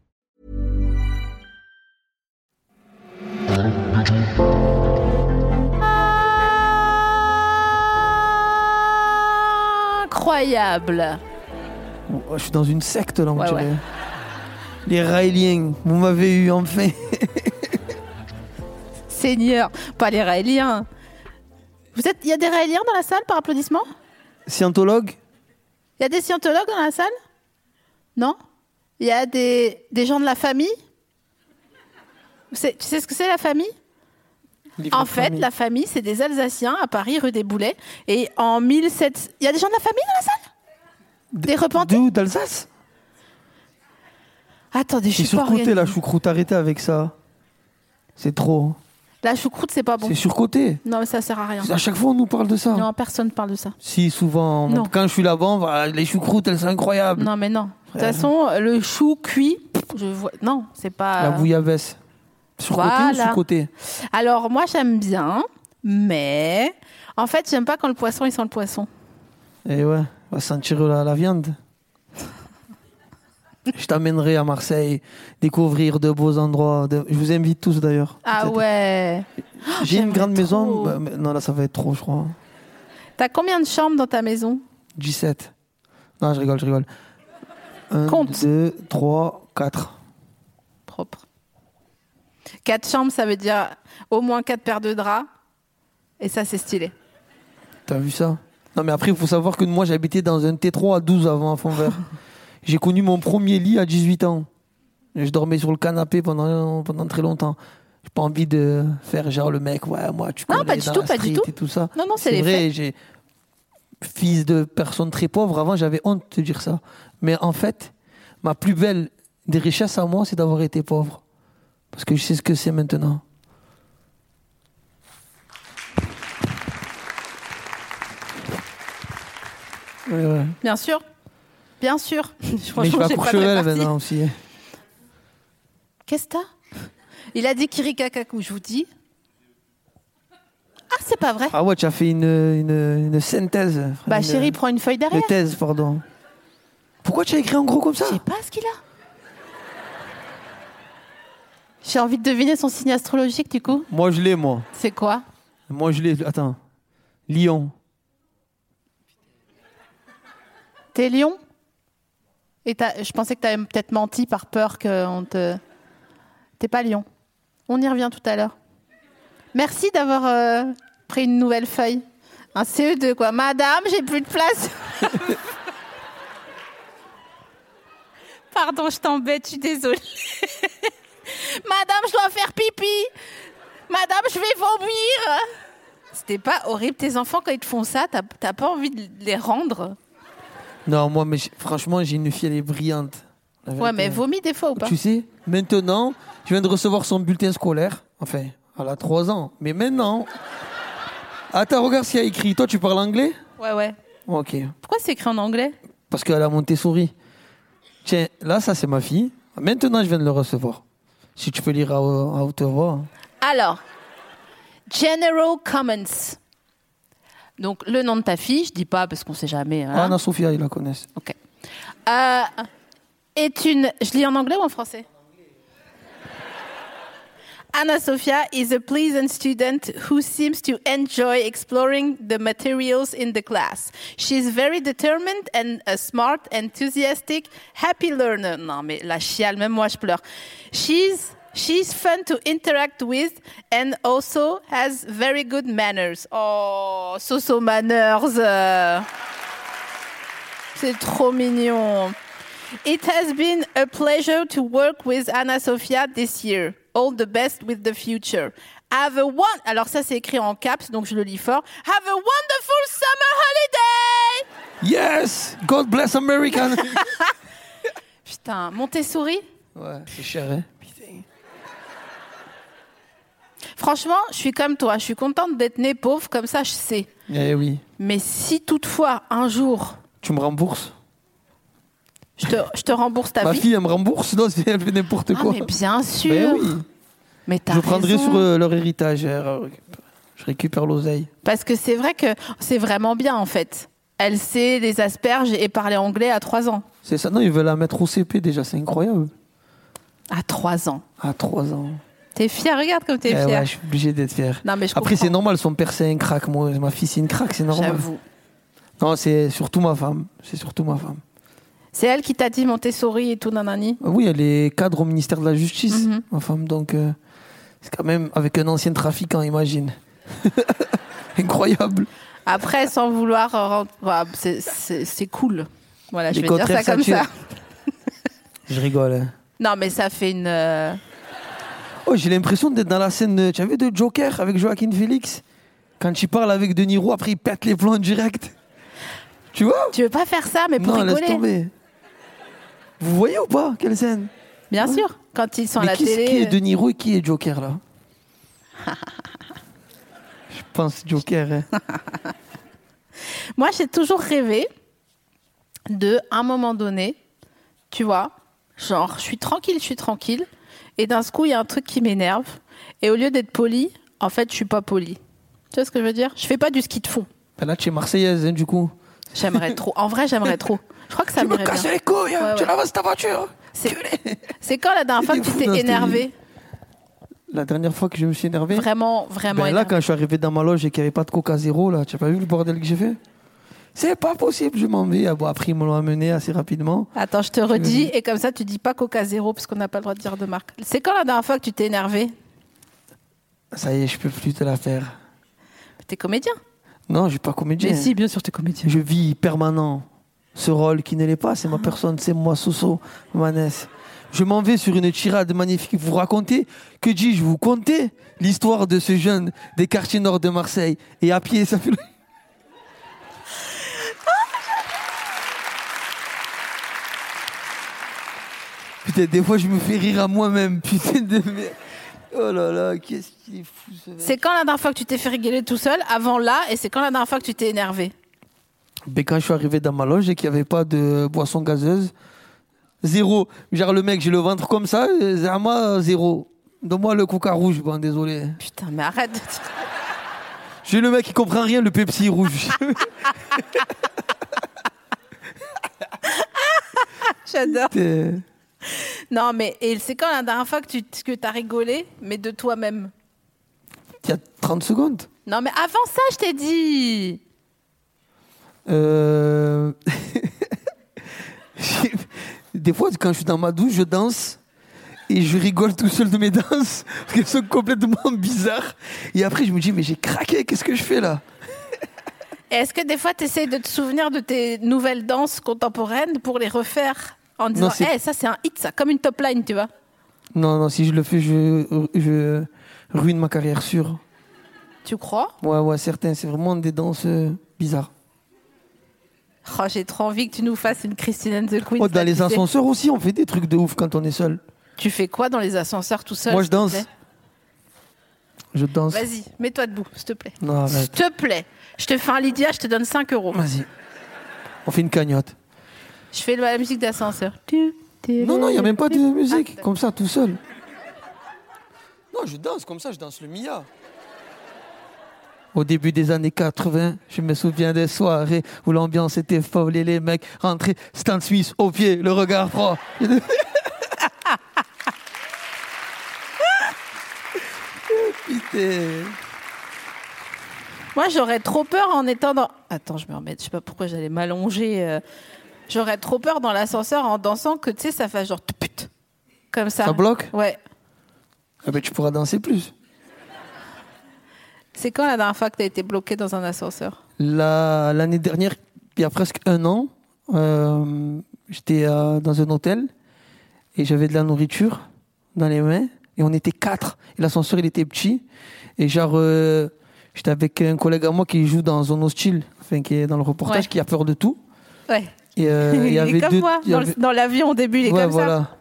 Incroyable.
Oh, Je suis dans une secte, là, on
Ouais,
dirait.
ouais.
Les Raéliens, vous m'avez eu enfin.
Seigneur, pas les Raéliens. Vous êtes, il y a des Raéliens dans la salle par applaudissement
Scientologue
Il y a des scientologues dans la salle Non Il y a des, des gens de la famille C'est- Tu sais ce que c'est la famille En fait, la famille, c'est des Alsaciens à Paris, rue des Boulets. Et en 1700. Il y a des gens de la famille dans la salle Des repentis
D'où D'Alsace
Attendez, je
C'est
suis pas
surcoté, la
organisée.
choucroute. Arrêtez avec ça. C'est trop.
La choucroute, c'est pas bon.
C'est surcoté.
Non, mais ça sert à rien.
À chaque fois, on nous parle de ça.
Non, personne parle de ça.
Si, souvent.
Non.
Quand je suis là-bas, on va- les choucroutes, elles sont incroyables.
Non, mais non. De
Euh,
toute façon, le chou cuit, pff, je vois. Non, c'est pas.
La bouillabaisse. Surcoté ou
Voilà.
sous-côté
Alors moi j'aime bien, mais en fait j'aime pas quand le poisson il sent le poisson.
Eh ouais, on va sentir la, la viande. Je t'amènerai à Marseille, découvrir de beaux endroits. de- Je vous invite tous d'ailleurs.
Ah
Peut-être.
ouais.
J'ai une
j'aimerais
grande maison.
trop.
bah, mais- non, là, ça va être trop, je crois.
T'as combien de chambres dans ta maison
17. Non, je rigole, je rigole. 1,
Compte.
2, 3, 4.
Propre. Quatre chambres ça veut dire au moins quatre paires de draps et ça c'est stylé.
T'as vu ça Non, mais après, il faut savoir que moi, j'habitais dans un T3 à 12 avant à Fontvert. J'ai connu mon premier lit à 18 ans. Et je dormais sur le canapé pendant, pendant très longtemps. J'ai pas envie de faire genre le mec, ouais, moi, tu
Non,
connais
pas du
dans
tout,
la
pas du
street
tout.
Et tout ça.
Non, non, c'est les
vrai, j'ai fils de personnes très pauvres. Avant, j'avais honte de te dire ça. Mais en fait, ma plus belle des richesses à moi, c'est d'avoir été pauvre. Parce que je sais ce que c'est maintenant. Ouais, ouais.
Bien sûr. Bien sûr.
Mais je
Franchement,
vais
j'ai pas
à
de
Courchevel
répartie.
maintenant aussi.
Qu'est-ce que t'as Il a dit Kirikakaku, je vous dis. Ah c'est pas vrai.
Ah ouais, tu as fait une, une, une synthèse. frère,
bah
une- euh,
chérie, prends une feuille
Une
derrière.
thèse, pardon. Pourquoi tu as écrit en gros comme ça
Je sais pas ce qu'il a. J'ai envie de deviner son signe astrologique, du coup.
Moi, je l'ai, moi.
C'est quoi
Moi, je l'ai. Attends. Lyon.
T'es lion Et t'as- je pensais que t'avais peut-être menti par peur qu'on te... T'es pas lion. On y revient tout à l'heure. Merci d'avoir euh, pris une nouvelle feuille. Un CE2, quoi. Madame, j'ai plus de place. Pardon, je t'embête, je suis désolée. Madame, je dois faire pipi. Madame, je vais vomir. C'était pas horrible. Tes enfants, quand ils te font ça, t'as- t'as pas envie de les rendre.
Non, moi, mais j'ai- franchement, j'ai une fille, elle est brillante. La
Ouais,
vérité.
mais vomis des fois ou pas
Tu sais, maintenant, je viens de recevoir son bulletin scolaire. Enfin, elle a 3 ans. Mais maintenant. Attends, regarde ce qu'il y a écrit. Toi, tu parles anglais
Ouais, ouais.
Ok.
Pourquoi c'est écrit en anglais
Parce qu'elle a monté souris. Tiens, là, ça, c'est ma fille. Maintenant, je viens de le recevoir. Si tu peux lire à, à haute voix. hein.
Alors, General Comments. Donc, le nom de ta fille, je dis pas parce qu'on sait jamais. hein.
Ah, Anna Sophia, ils la connaissent.
Ok. Euh, est une. Je lis en anglais ou en français Anna Sophia is a pleasant student who seems to enjoy exploring the materials in the class. She is very determined and a smart, enthusiastic, happy learner. Non, mais la chiale, même moi je pleure. She's she's fun to interact with and also has very good manners. Oh, so so manners. euh. C'est trop mignon. It has been a pleasure to work with Anna Sofia this year. All the best with the future. Have a one. Alors ça c'est écrit en caps, donc je le lis fort. Have a wonderful summer holiday.
Yes! God bless American!
Putain, Montessori.
ouais, c'est cher, hein?
Franchement, je suis comme toi. Je suis contente d'être née pauvre, comme ça je sais.
Eh oui.
Mais si toutefois un jour
Tu me rembourses?
je te, je te rembourse ta
Ma
vie,
fille, elle me rembourse? Non, c'est- elle fait n'importe
ah,
quoi.
mais bien sûr.
Ben oui.
Mais t'as
Je prendrai
raison.
sur euh, leur héritage. euh, Je récupère l'oseille.
Parce que c'est vrai que c'est vraiment bien en fait. Elle sait les asperges et parler anglais à 3 ans.
C'est ça. Non, ils veulent la mettre au CP déjà. C'est incroyable.
À 3 ans.
À 3 ans.
T'es fière, regarde comme t'es
Eh
fière.
ouais, je suis obligé d'être fier.
Non, mais je
Après,
comprends.
c'est normal. Son père, c'est un crack. Moi, ma fille, c'est une crack. C'est normal.
J'avoue.
Non, c'est surtout ma femme. C'est surtout ma femme. Ah
C'est elle qui t'a dit Montessori et tout, nanani.
Oui, elle est cadre au ministère de la Justice,
Mhm.
ma femme. Donc, euh, c'est quand même avec un ancien trafiquant, imagine. Incroyable.
Ah, Après, sans vouloir. euh, rent- voilà, c'est- c'est c'est cool. Voilà, je
Les
vais dire ça
contraires, ça
comme
tue.
ça.
Je rigole. hein.
Non, mais ça fait une. euh,
Oh, j'ai l'impression d'être dans la scène, euh, tu as vu, de Joker avec Joaquin Phoenix Quand il parle avec De Niro, après il pète les plombs en direct. Tu vois
Tu veux pas faire ça, mais pour
Non, laisse
rigoler.
tomber. Vous voyez ou pas Quelle scène
Bien sûr, quand ils sont à
Mais
la
qui,
télé.
qui est
euh,
De Niro et qui est Joker là Je pense Joker. hein.
Moi, j'ai toujours rêvé de, à un moment donné, tu vois, genre, je suis tranquille, je suis tranquille, et d'un coup, il y a un truc qui m'énerve, et au lieu d'être poli, en fait, je suis pas poli. Tu vois ce que je veux dire Je fais pas du ski de fond.
Ben là, tu es marseillaise hein, du coup.
J'aimerais trop. En vrai, j'aimerais trop. Je crois que ça
tu me
m'irait
casses
bien.
les couilles, hein,
Ouais,
tu
ouais.
ramasses ta voiture. hein.
C'est- C'est quand la dernière fois
T'es
que tu
fou
t'es
dans cette
énervé
vie. La dernière fois que je me suis énervé,
Vraiment, vraiment
ben là,
énervé.
quand je suis arrivé dans ma loge et qu'il n'y avait pas de coca zéro, là, tu as pas vu le bordel que j'ai fait C'est pas possible, je m'en vais. Ah bon, après, ils me l'ont amené assez rapidement.
Attends, je te redis, et comme ça, tu dis pas Coca Zéro, parce qu'on n'a pas le droit de dire de marque. C'est quand la dernière fois que tu t'es énervé
Ça y est, je peux plus te la faire.
T'es comédien
Non, je suis pas comédien.
bien sûr, t'es comédien.
Je vis permanent ce rôle qui ne l'est pas. C'est ma personne, c'est moi, Soso, Manès. Je m'en vais sur une tirade magnifique. Vous racontez, que dis-je, vous contez l'histoire de ce jeune des quartiers nord de Marseille. Et à pied, ça fait... le- Putain, des fois, je me fais rire à moi-même. Putain de merde. Oh là là, qu'est-ce qu'il est fou ce mec.
C'est quand la dernière fois que tu t'es fait rigoler tout seul Avant là, et c'est quand la dernière fois que tu t'es énervé
Ben, quand je suis arrivé dans ma loge et qu'il n'y avait pas de boisson gazeuse, zéro. Genre le mec, j'ai le ventre comme ça, euh, Zama, zéro. Donne-moi le coca rouge, bon, désolé.
Putain, mais arrête de dire-
J'ai le mec qui comprend rien, le Pepsi rouge.
J'adore.
Euh,
Non, mais et c'est quand la dernière fois que tu que t'as rigolé, mais de toi-même
Il y a 30 secondes.
Non, mais avant ça, je t'ai dit
Euh, j'ai- Des fois, quand je suis dans ma douche, je danse et je rigole tout seul de mes danses parce qu'elles sont complètement bizarres. Et après, je me dis, mais j'ai craqué, qu'est-ce que je fais là
Est-ce que des fois, tu essayes de te souvenir de tes nouvelles danses contemporaines pour les refaire en disant
c'est-
Eh, ça c'est un hit, ça, comme une top line, tu vois.
Non, non, si je le fais, je, je ruine ma carrière sûre.
Tu crois
Ouais, ouais, certains, c'est vraiment des danses euh, bizarres.
Oh, J'ai trop envie que tu nous fasses une Christine and the Queen.
Oh, dans les
tu, sais.
ascenseurs aussi, on fait des trucs de ouf quand on est seul.
Tu fais quoi dans les ascenseurs tout seul
Moi, je
s'il te
danse.
plaît
Je danse.
Vas-y, mets-toi debout, s'il te plaît.
Non,
S'il
arrête.
te plaît. Je te fais un Lydia, je te donne 5 euros.
Vas-y. On fait une cagnotte.
Je fais la musique d'ascenseur. Ah.
Non,
Non,
non, il n'y a même pas de musique. Comme ça, tout seul. Non, je danse comme ça, je danse le Mia. Au début des années 80, je me souviens des soirées où l'ambiance était folle et les mecs rentraient stand suisse au pied, le regard froid. Putain.
Moi, j'aurais trop peur en étant dans. Attends, je me remets. Je sais pas pourquoi j'allais m'allonger. euh. J'aurais trop peur dans l'ascenseur en dansant que tu sais, ça fait genre tout pute. Comme ça.
Ça bloque
Ouais.
Ah ben tu pourras danser plus.
C'est quand la dernière fois que t'as été bloqué dans un ascenseur
La- L'année dernière, il y a presque un an, euh, j'étais euh, dans un hôtel et j'avais de la nourriture dans les mains et on était quatre. Et l'ascenseur, il était petit. Et genre, euh, j'étais avec un collègue à moi qui joue dans Zone Hostile, enfin, qui est dans le reportage,
Ouais.
qui a peur de tout.
Ouais.
Et euh, il
il
y avait
est comme
deux.
moi.
il y
Dans,
avait-
le- dans l'avion au début, il est
ouais,
comme ça.
voilà.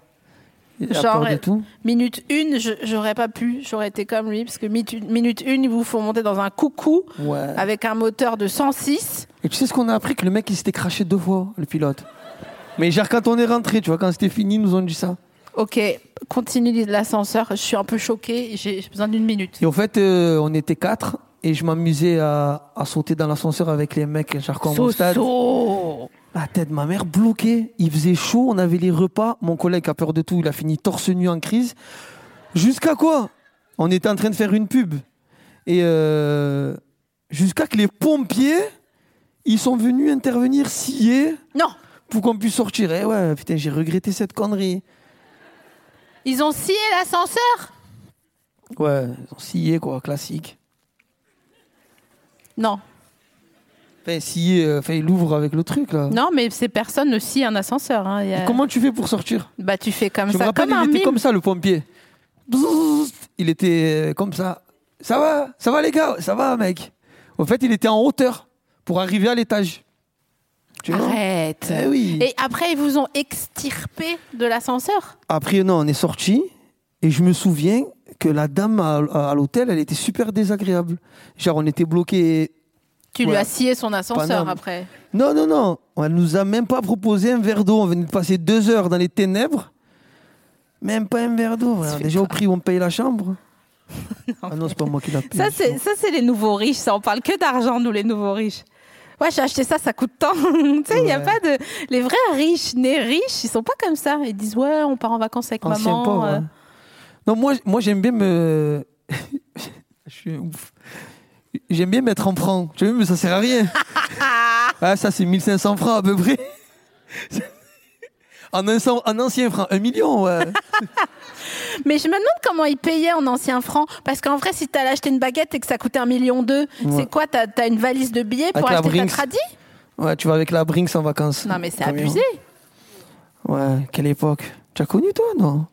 Il a
Genre, euh,
peur de tout.
Minute une, je- j'aurais pas pu. J'aurais été comme lui. Parce que minute- minute une, ils vous font monter dans un coucou
Ouais.
avec un moteur de 106.
Et tu sais ce qu'on a appris que le mec il s'était craché deux fois, le pilote. Mais genre quand on est rentré, tu vois, quand c'était fini, ils nous ont dit ça.
Ok, continue l'ascenseur. Je suis un peu choquée. J'ai j'ai besoin d'une minute.
Et en fait, euh, on était quatre et je m'amusais à, à sauter dans l'ascenseur avec les mecs, genre quand on
So,
au stade.
so.
La tête de ma mère bloquée. Il faisait chaud, on avait les repas. Mon collègue a peur de tout, il a fini torse nu en crise. Jusqu'à quoi On était en train de faire une pub. Et euh, jusqu'à que les pompiers, ils sont venus intervenir, scier.
Non,
pour qu'on puisse sortir. Eh ouais, putain, j'ai regretté cette connerie.
ils ont scié l'ascenseur
Ouais, ils ont scié, quoi, classique.
Non,
Enfin, scié, euh, enfin, il ouvre avec le truc, là.
non, mais ces personnes ne scient un ascenseur. hein. Il y a-
Et Comment tu fais pour sortir
Bah, tu fais comme
Je me
ça,
rappelle,
comme un
il était
mime.
comme ça, le pompier. Bzzz, Il était euh, comme ça. Ça va Ça va, les gars Ça va, mec Au fait, il était en hauteur pour arriver à l'étage. Tu vois
Arrête.
Eh oui.
Et après, ils vous ont extirpé de l'ascenseur
Après, non, on est sorti et je me souviens que la dame à, à- à l'hôtel, elle était super désagréable. Genre, on était bloqué
Tu lui
Ouais.
as scié son ascenseur
Paname.
après.
Non, non, non. On nous a même pas proposé un verre d'eau. On venait de passer deux heures dans les ténèbres. Même pas un verre d'eau. voilà.
fait
Déjà au prix où on paye la chambre. ah non, c'est pas moi qui l'a payé.
Ça, c'est ça, c'est les nouveaux riches. Ça, on parle que d'argent, nous, les nouveaux riches. Ouais, j'ai acheté ça, ça coûte tant. tu sais, il y a
Ouais.
pas de. Les vrais riches, nés riches, ils sont pas comme ça. Ils disent, ouais, on part en vacances avec
Ancien
maman.
pauvre,
euh.
hein. Non, moi, moi j'aime bien me. Je suis un ouf. J'aime bien mettre en francs. Tu vois, mais ça sert à rien. ah, ça, c'est 1500 francs à peu près. en, un cent- en ancien franc, un million, ouais.
Mais je me demande comment ils payaient en ancien franc. Parce qu'en vrai, si t'allais acheter une baguette et que ça coûtait un million d'eux, c'est quoi T'as as une valise de billets pour
Avec la
acheter ta
Brinks.
tradie
Ouais, tu vas avec la Brinks en vacances.
Non, mais c'est
Combien
abusé.
Ouais, quelle époque. Tu as connu toi, non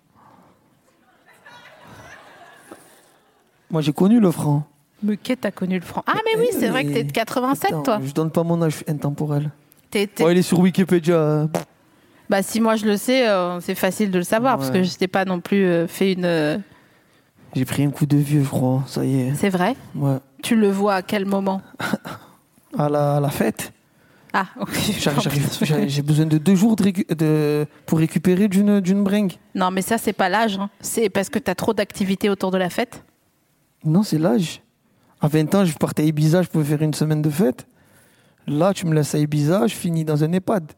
Moi, j'ai connu le franc.
Mais qu'est-ce t'as connu le franc Ah, mais oui, c'est vrai que t'es de 87,
Attends,
toi.
Je donne pas mon âge, je suis intemporel.
T'es- t'es-
Oh, il est sur Wikipédia. euh,
Bah, si moi je le sais, euh, c'est facile de le savoir parce
Ouais.
que je t'ai pas non plus euh, fait une. euh,
J'ai pris un coup de vieux, je crois. Ça y est.
C'est vrai
Ouais.
Tu le vois à quel moment
À la, à la fête.
Ah, ok.
J'arrive- j'arrive- J'ai j'ai besoin de deux jours de récu- de- pour récupérer d'une d'une bringue.
Non, mais ça, c'est pas l'âge. hein. C'est parce que t'as trop d'activités autour de la fête.
Non, c'est l'âge. À 20 ans, je partais à Ibiza, je pouvais faire une semaine de fête. Là, tu me laisses à Ibiza, je finis dans un EHPAD.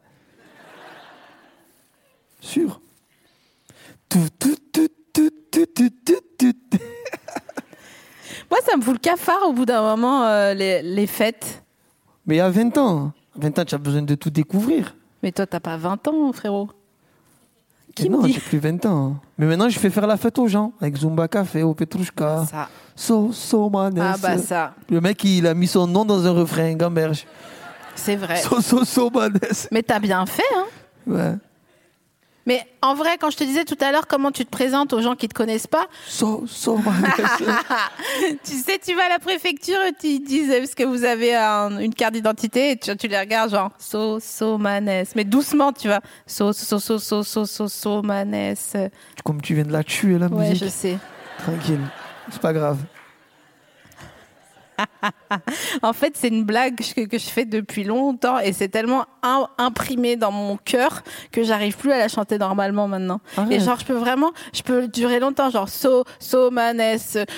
Sûr. Tout, tout, tout, tout, tout, tout, tout, tout.
Moi, ça me fout le cafard au bout d'un moment, euh, les, les fêtes.
Mais à 20 ans, à 20 ans, tu as besoin de tout découvrir.
Mais toi, t'as pas 20 ans, frérot.
Et
Qui me
non,
dit
j'ai plus 20 ans. Mais maintenant, je fais faire la fête aux gens, avec Zumba Café, au Petrushka.
ça
So, so, manes.
Ah, bah ça,
Le mec, il a mis son nom dans un refrain, Gamberge.
c'est vrai.
So, so, so, manes.
Mais t'as bien fait, hein
Ouais.
Mais en vrai, quand je te disais tout à l'heure comment tu te présentes aux gens qui te connaissent pas,
So, so, so.
tu sais, tu vas à la préfecture et ils te disent est-ce que vous avez un- une carte d'identité et tu, tu les regardes genre so so manes, mais doucement, tu vois. So so so so so so so manes.
Comme tu viens de la tuer, la
Ouais,
musique.
je sais.
Tranquille, c'est pas grave.
En fait, c'est une blague que, que je fais depuis longtemps et c'est tellement im- imprimé dans mon cœur que j'arrive plus à la chanter normalement maintenant.
Arrête.
Et genre, je peux vraiment, je peux durer longtemps, genre so so manes,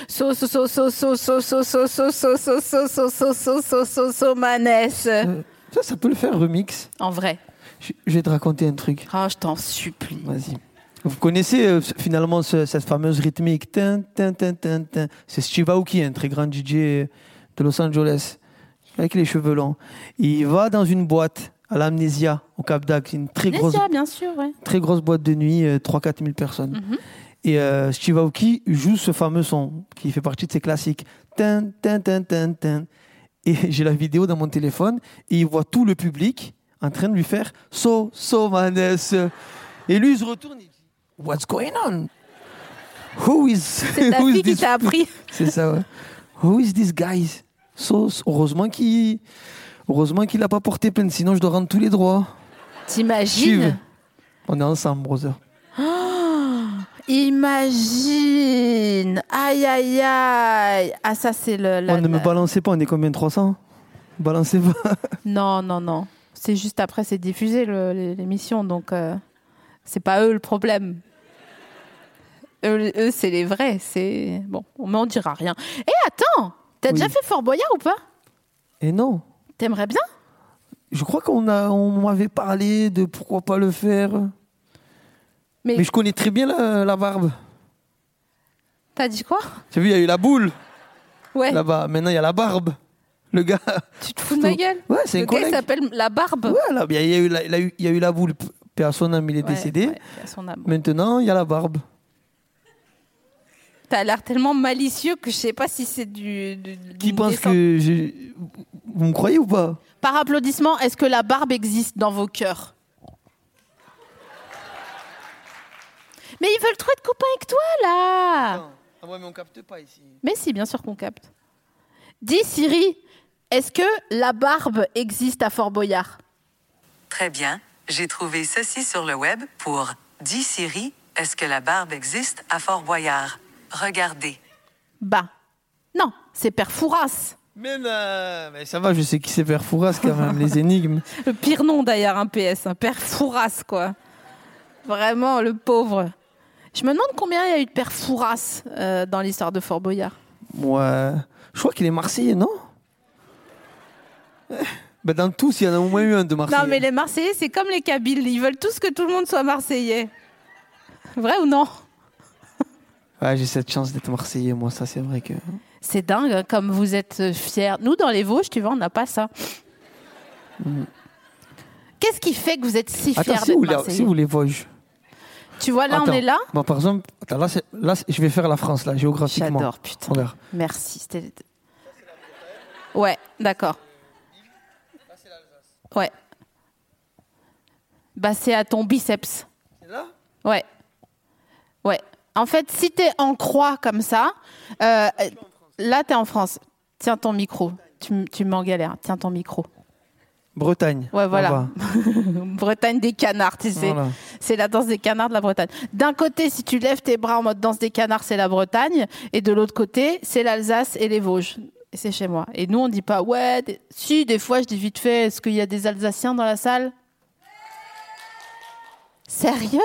so so so so so so so so so so so so so so so so so so manes.
Euh, Ça, ça peut le faire remix.
En vrai.
Je je vais te raconter un truc.
Ah, je t'en supplie.
Vas-y. Vous connaissez euh, ce- finalement ce- cette fameuse rythmique. Tin, tin, tin, tin, tin. C'est Steve Aoki, un très grand DJ euh, de Los Angeles, avec les cheveux longs. Il va dans une boîte à l'Amnésia, au Cap d'Ac, une très grosse,
Nessia, bien sûr, ouais.
très grosse boîte de nuit, euh, 3-4 000 personnes.
Mhm.
Et euh, Steve Aoki joue ce fameux son qui fait partie de ses classiques. Tin, tin, tin, tin, tin. Et j'ai la vidéo dans mon téléphone et il voit tout le public en train de lui faire So, so, manes. Et lui, il se retourne et dit What's going on? Who is,
C'est ta
who is
fille qui
this-
t'a appris.
C'est ça, ouais. Who is this guy? So, so- heureusement qu'il heureusement qu'il n'a pas porté plainte, sinon je dois rendre tous les droits. Steve,
T'imagines
on est ensemble, brother.
Imagine Aïe, aïe, aïe Ah, ça, c'est le... la-
On ne me
la-
balancez pas, on est combien 300 Balancez pas.
Non, non, non. C'est juste après, c'est diffusé le- l'é- l'émission, donc euh, c'est pas eux le problème. Eux, eux, c'est les vrais. C'est bon, mais on dira rien. Et attends, t'as
Oui.
déjà fait Fort Boyard ou pas
Et non,
T'aimerais bien
je crois qu'on a- on m'avait parlé de pourquoi pas le faire.
Mais,
Mais je connais très bien la, la barbe.
t'as dit quoi
Tu as vu, il y a eu la boule
Ouais.
là-bas. Maintenant, il y a la barbe. Le gars.
Tu te fous de ma gueule
Ouais, c'est
Le
un
gars il
collègue.
s'appelle la barbe.
Ouais, là, il y a eu la, il y a eu- il y a eu la boule. Personne il est
Ouais,
décédé.
ouais, à son âme.
Maintenant, il y a la barbe.
T'as l'air tellement malicieux que je sais pas si c'est du. du- du-
Qui
du
pense
dessin.
que j'ai- vous me croyez ou pas
Par applaudissement, est-ce que la barbe existe dans vos cœurs Mais ils veulent trop être copains avec toi là
Ah ouais, mais on capte pas ici.
Mais si, bien sûr qu'on capte. Dis Siri, est-ce que la barbe existe à Fort Boyard
Très bien, j'ai trouvé ceci sur le web pour Dis Siri, est-ce que la barbe existe à Fort Boyard Regardez.
Bah, non, c'est Perfouras.
Mais, non, mais ça va, je sais qui c'est Perfouras quand même, les énigmes.
Le pire nom d'ailleurs, un PS, un Perfouras quoi. Vraiment, le pauvre. Je me demande combien il y a eu de Perfouras euh, dans l'histoire de Fort Boyard.
Ouais. Je crois qu'il est Marseillais, non Eh, ben Dans tous, il y en a au moins eu un de Marseille.
Non, mais les Marseillais, c'est comme les Kabyles. Ils veulent tous que tout le monde soit Marseillais. Vrai ou non
Ouais, j'ai cette chance d'être Marseillais, moi, ça, c'est vrai que.
C'est dingue, hein, comme vous êtes euh, fiers. Nous, dans les Vosges, tu vois, on n'a pas ça. Qu'est-ce qui fait que vous êtes si fiers
Mm. Attends,
d'être
si vous, les,
Marseillais
si vous les Vosges.
Tu vois, là,
Attends.
on est là.
Bon, par exemple, attends, là, c'est- là, c'est- je vais faire la France, là, géographiquement.
J'adore, putain.
Regarde.
Merci. c'était- Ouais, d'accord. Ouais. Bah, c'est à ton biceps. Ouais. Ouais. En fait, si t'es en croix comme ça, euh, là, t'es en France. Tiens ton micro. Tu, m- tu m'en galères. Tiens ton micro.
Bretagne.
Ouais, voilà.
là-bas.
Bretagne des canards, tu sais.
Voilà.
C'est la danse des canards de la Bretagne. D'un côté, si tu lèves tes bras en mode danse des canards, c'est la Bretagne. Et de l'autre côté, c'est l'Alsace et les Vosges. Et c'est chez moi. Et nous, on dit pas, ouais, des- si, des fois, je dis vite fait, est-ce qu'il y a des Alsaciens dans la salle Sérieux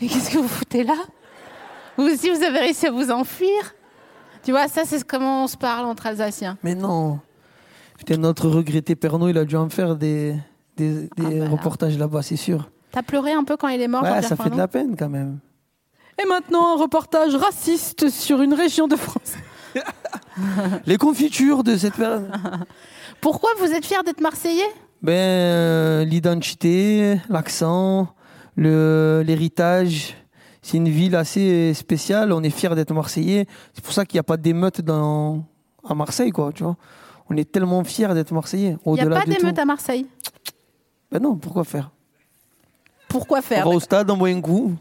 Et qu'est-ce que vous foutez là Vous aussi, vous avez réussi à vous enfuir Tu vois, ça, c'est comment on se parle entre Alsaciens.
Mais non. Putain, notre regretté Pernod, il a dû en faire des, des, des
bah là.
reportages là-bas, c'est sûr.
T'as pleuré un peu quand il est mort
Ouais,
Jean-Pierre
ça fait
Farnon
de la peine quand même.
Et maintenant, un reportage raciste sur une région de France.
Les confitures de cette période.
Pourquoi vous êtes fier d'être Marseillais
Ben, euh, l'identité, l'accent, le- l'héritage. C'est une ville assez spéciale. On est fiers d'être Marseillais. C'est pour ça qu'il n'y a pas d'émeute dans à Marseille, quoi. Tu vois, on est tellement fiers d'être Marseillais.
Il n'y a
Au-delà
pas
de tout.
d'émeute à Marseille.
Ben non, pourquoi faire
pourquoi
On
faire
va au stade, on boit un coup.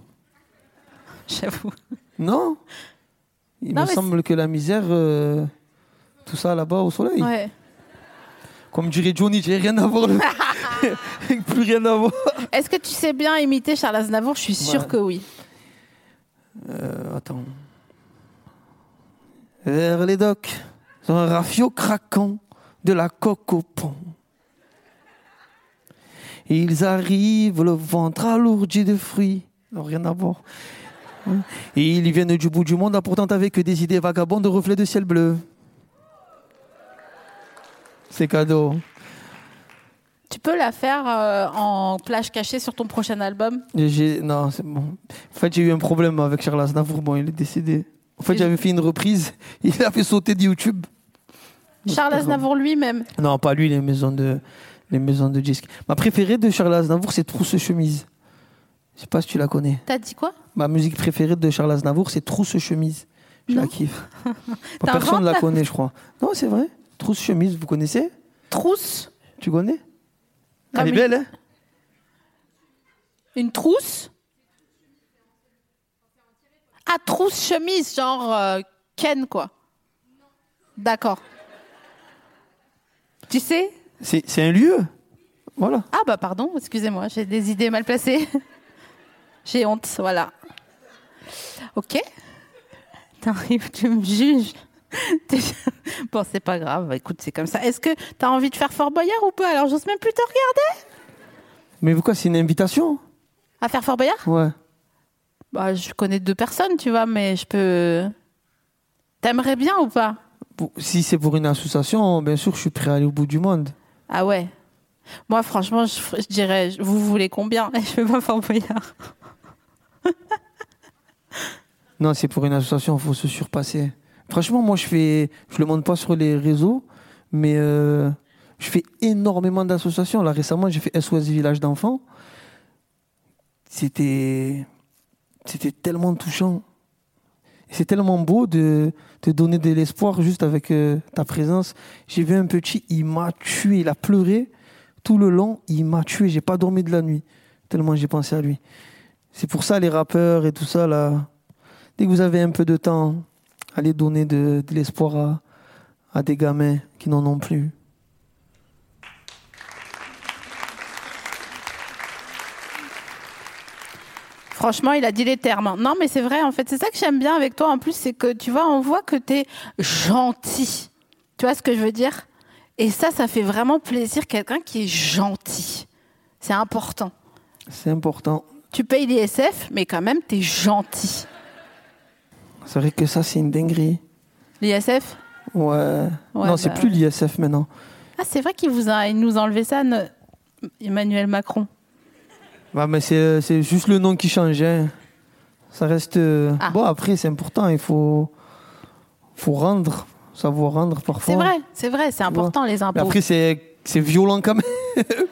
J'avoue.
Non Il
Non,
me
mais
semble que la misère, euh, tout ça là-bas au soleil.
Ouais.
Comme dirait Johnny, j'ai rien à voir. le- Plus rien à voir.
Est-ce que tu sais bien imiter Charles Aznavour Je suis sûre
Ouais.
que oui.
Euh, attends. Vers les docks, sur un rafio craquant de la coque au pont. Ils arrivent, le ventre alourdi de fruits. Non, rien à voir. Et ils viennent du bout du monde, apportant avec eux des idées vagabondes de reflets de ciel bleu. C'est cadeau. hein.
Tu peux la faire euh, en plage cachée sur ton prochain album
Et j'ai- Non, c'est bon. En fait, j'ai eu un problème avec Charles Aznavour. Bon, il est décédé. En fait,
Et-
j'avais fait une reprise. Il a fait sauter de YouTube.
Charles
pas grave.
Aznavour lui-même.
Non, pas lui, les maisons de, les maisons de disques. Ma préférée de Charles Aznavour, c'est Trousse Chemise. Je sais pas si tu la connais.
T'as dit quoi
Ma musique préférée de Charles Aznavour, c'est Trousse Chemise. Je la
Non.
kiffe. Bon,
T'as
personne ne la
inventé.
connaît, je crois. Non, c'est vrai. Trousse Chemise, vous connaissez
Trousse
Tu connais
Comme
Elle est
une-
belle, hein
Une trousse Ah, trousse chemise, genre euh, Ken, quoi. D'accord. Tu sais
C'est c'est un lieu. Voilà.
Ah bah pardon, excusez-moi, j'ai des idées mal placées. j'ai honte, voilà. Ok. T'arrives, tu me juges. T'es- bon, c'est pas grave, bah, écoute, c'est comme ça. Est-ce que t'as envie de faire Fort Boyard ou pas Alors, j'ose même plus te regarder.
Mais pourquoi C'est une invitation
À faire Fort Boyard
Ouais.
Bah, je connais deux personnes, tu vois, mais je peux. T'aimerais bien ou pas
Pour- Si c'est pour une association, bien sûr, je suis prêt à aller au bout du monde.
Ah ouais. Moi, franchement, je, je dirais, vous voulez combien Je veux pas Fort Boyard.
Non, c'est pour une association, il faut se surpasser. Franchement, moi, je fais, je le montre pas sur les réseaux, mais euh, je fais énormément d'associations. Là, récemment, j'ai fait SOS Village d'enfants. C'était, c'était tellement touchant. Et C'est tellement beau de, de donner de l'espoir juste avec euh, ta présence. J'ai vu un petit, il m'a tué, il a pleuré tout le long, il m'a tué. J'ai pas dormi de la nuit tellement j'ai pensé à lui. C'est pour ça les rappeurs et tout ça là. Dès que vous avez un peu de temps, allez donner de, de l'espoir à, à des gamins qui n'en ont plus.
Franchement, il a dit les termes. hein. Non, mais c'est vrai, en fait, c'est ça que j'aime bien avec toi. En plus, c'est que tu vois, on voit que t'es gentil. Tu vois ce que je veux dire Et ça, ça fait vraiment plaisir, quelqu'un qui est gentil. C'est important.
C'est important.
Tu payes les SF, mais quand même, t'es gentil.
C'est vrai que ça, c'est une dinguerie.
L'ISF
Ouais. non, c'est
bah
plus
ouais.
l'ISF maintenant.
Ah, c'est vrai qu'il vous a, il nous a enlevé ça, ne- Emmanuel Macron.
Bah, mais c'est c'est juste le nom qui change. hein. Ça reste. euh,
Ah.
Bon, après, c'est important. Il faut, faut rendre, savoir rendre parfois.
C'est vrai, c'est vrai, c'est important les
Mais
impôts.
après, c'est c'est violent quand même.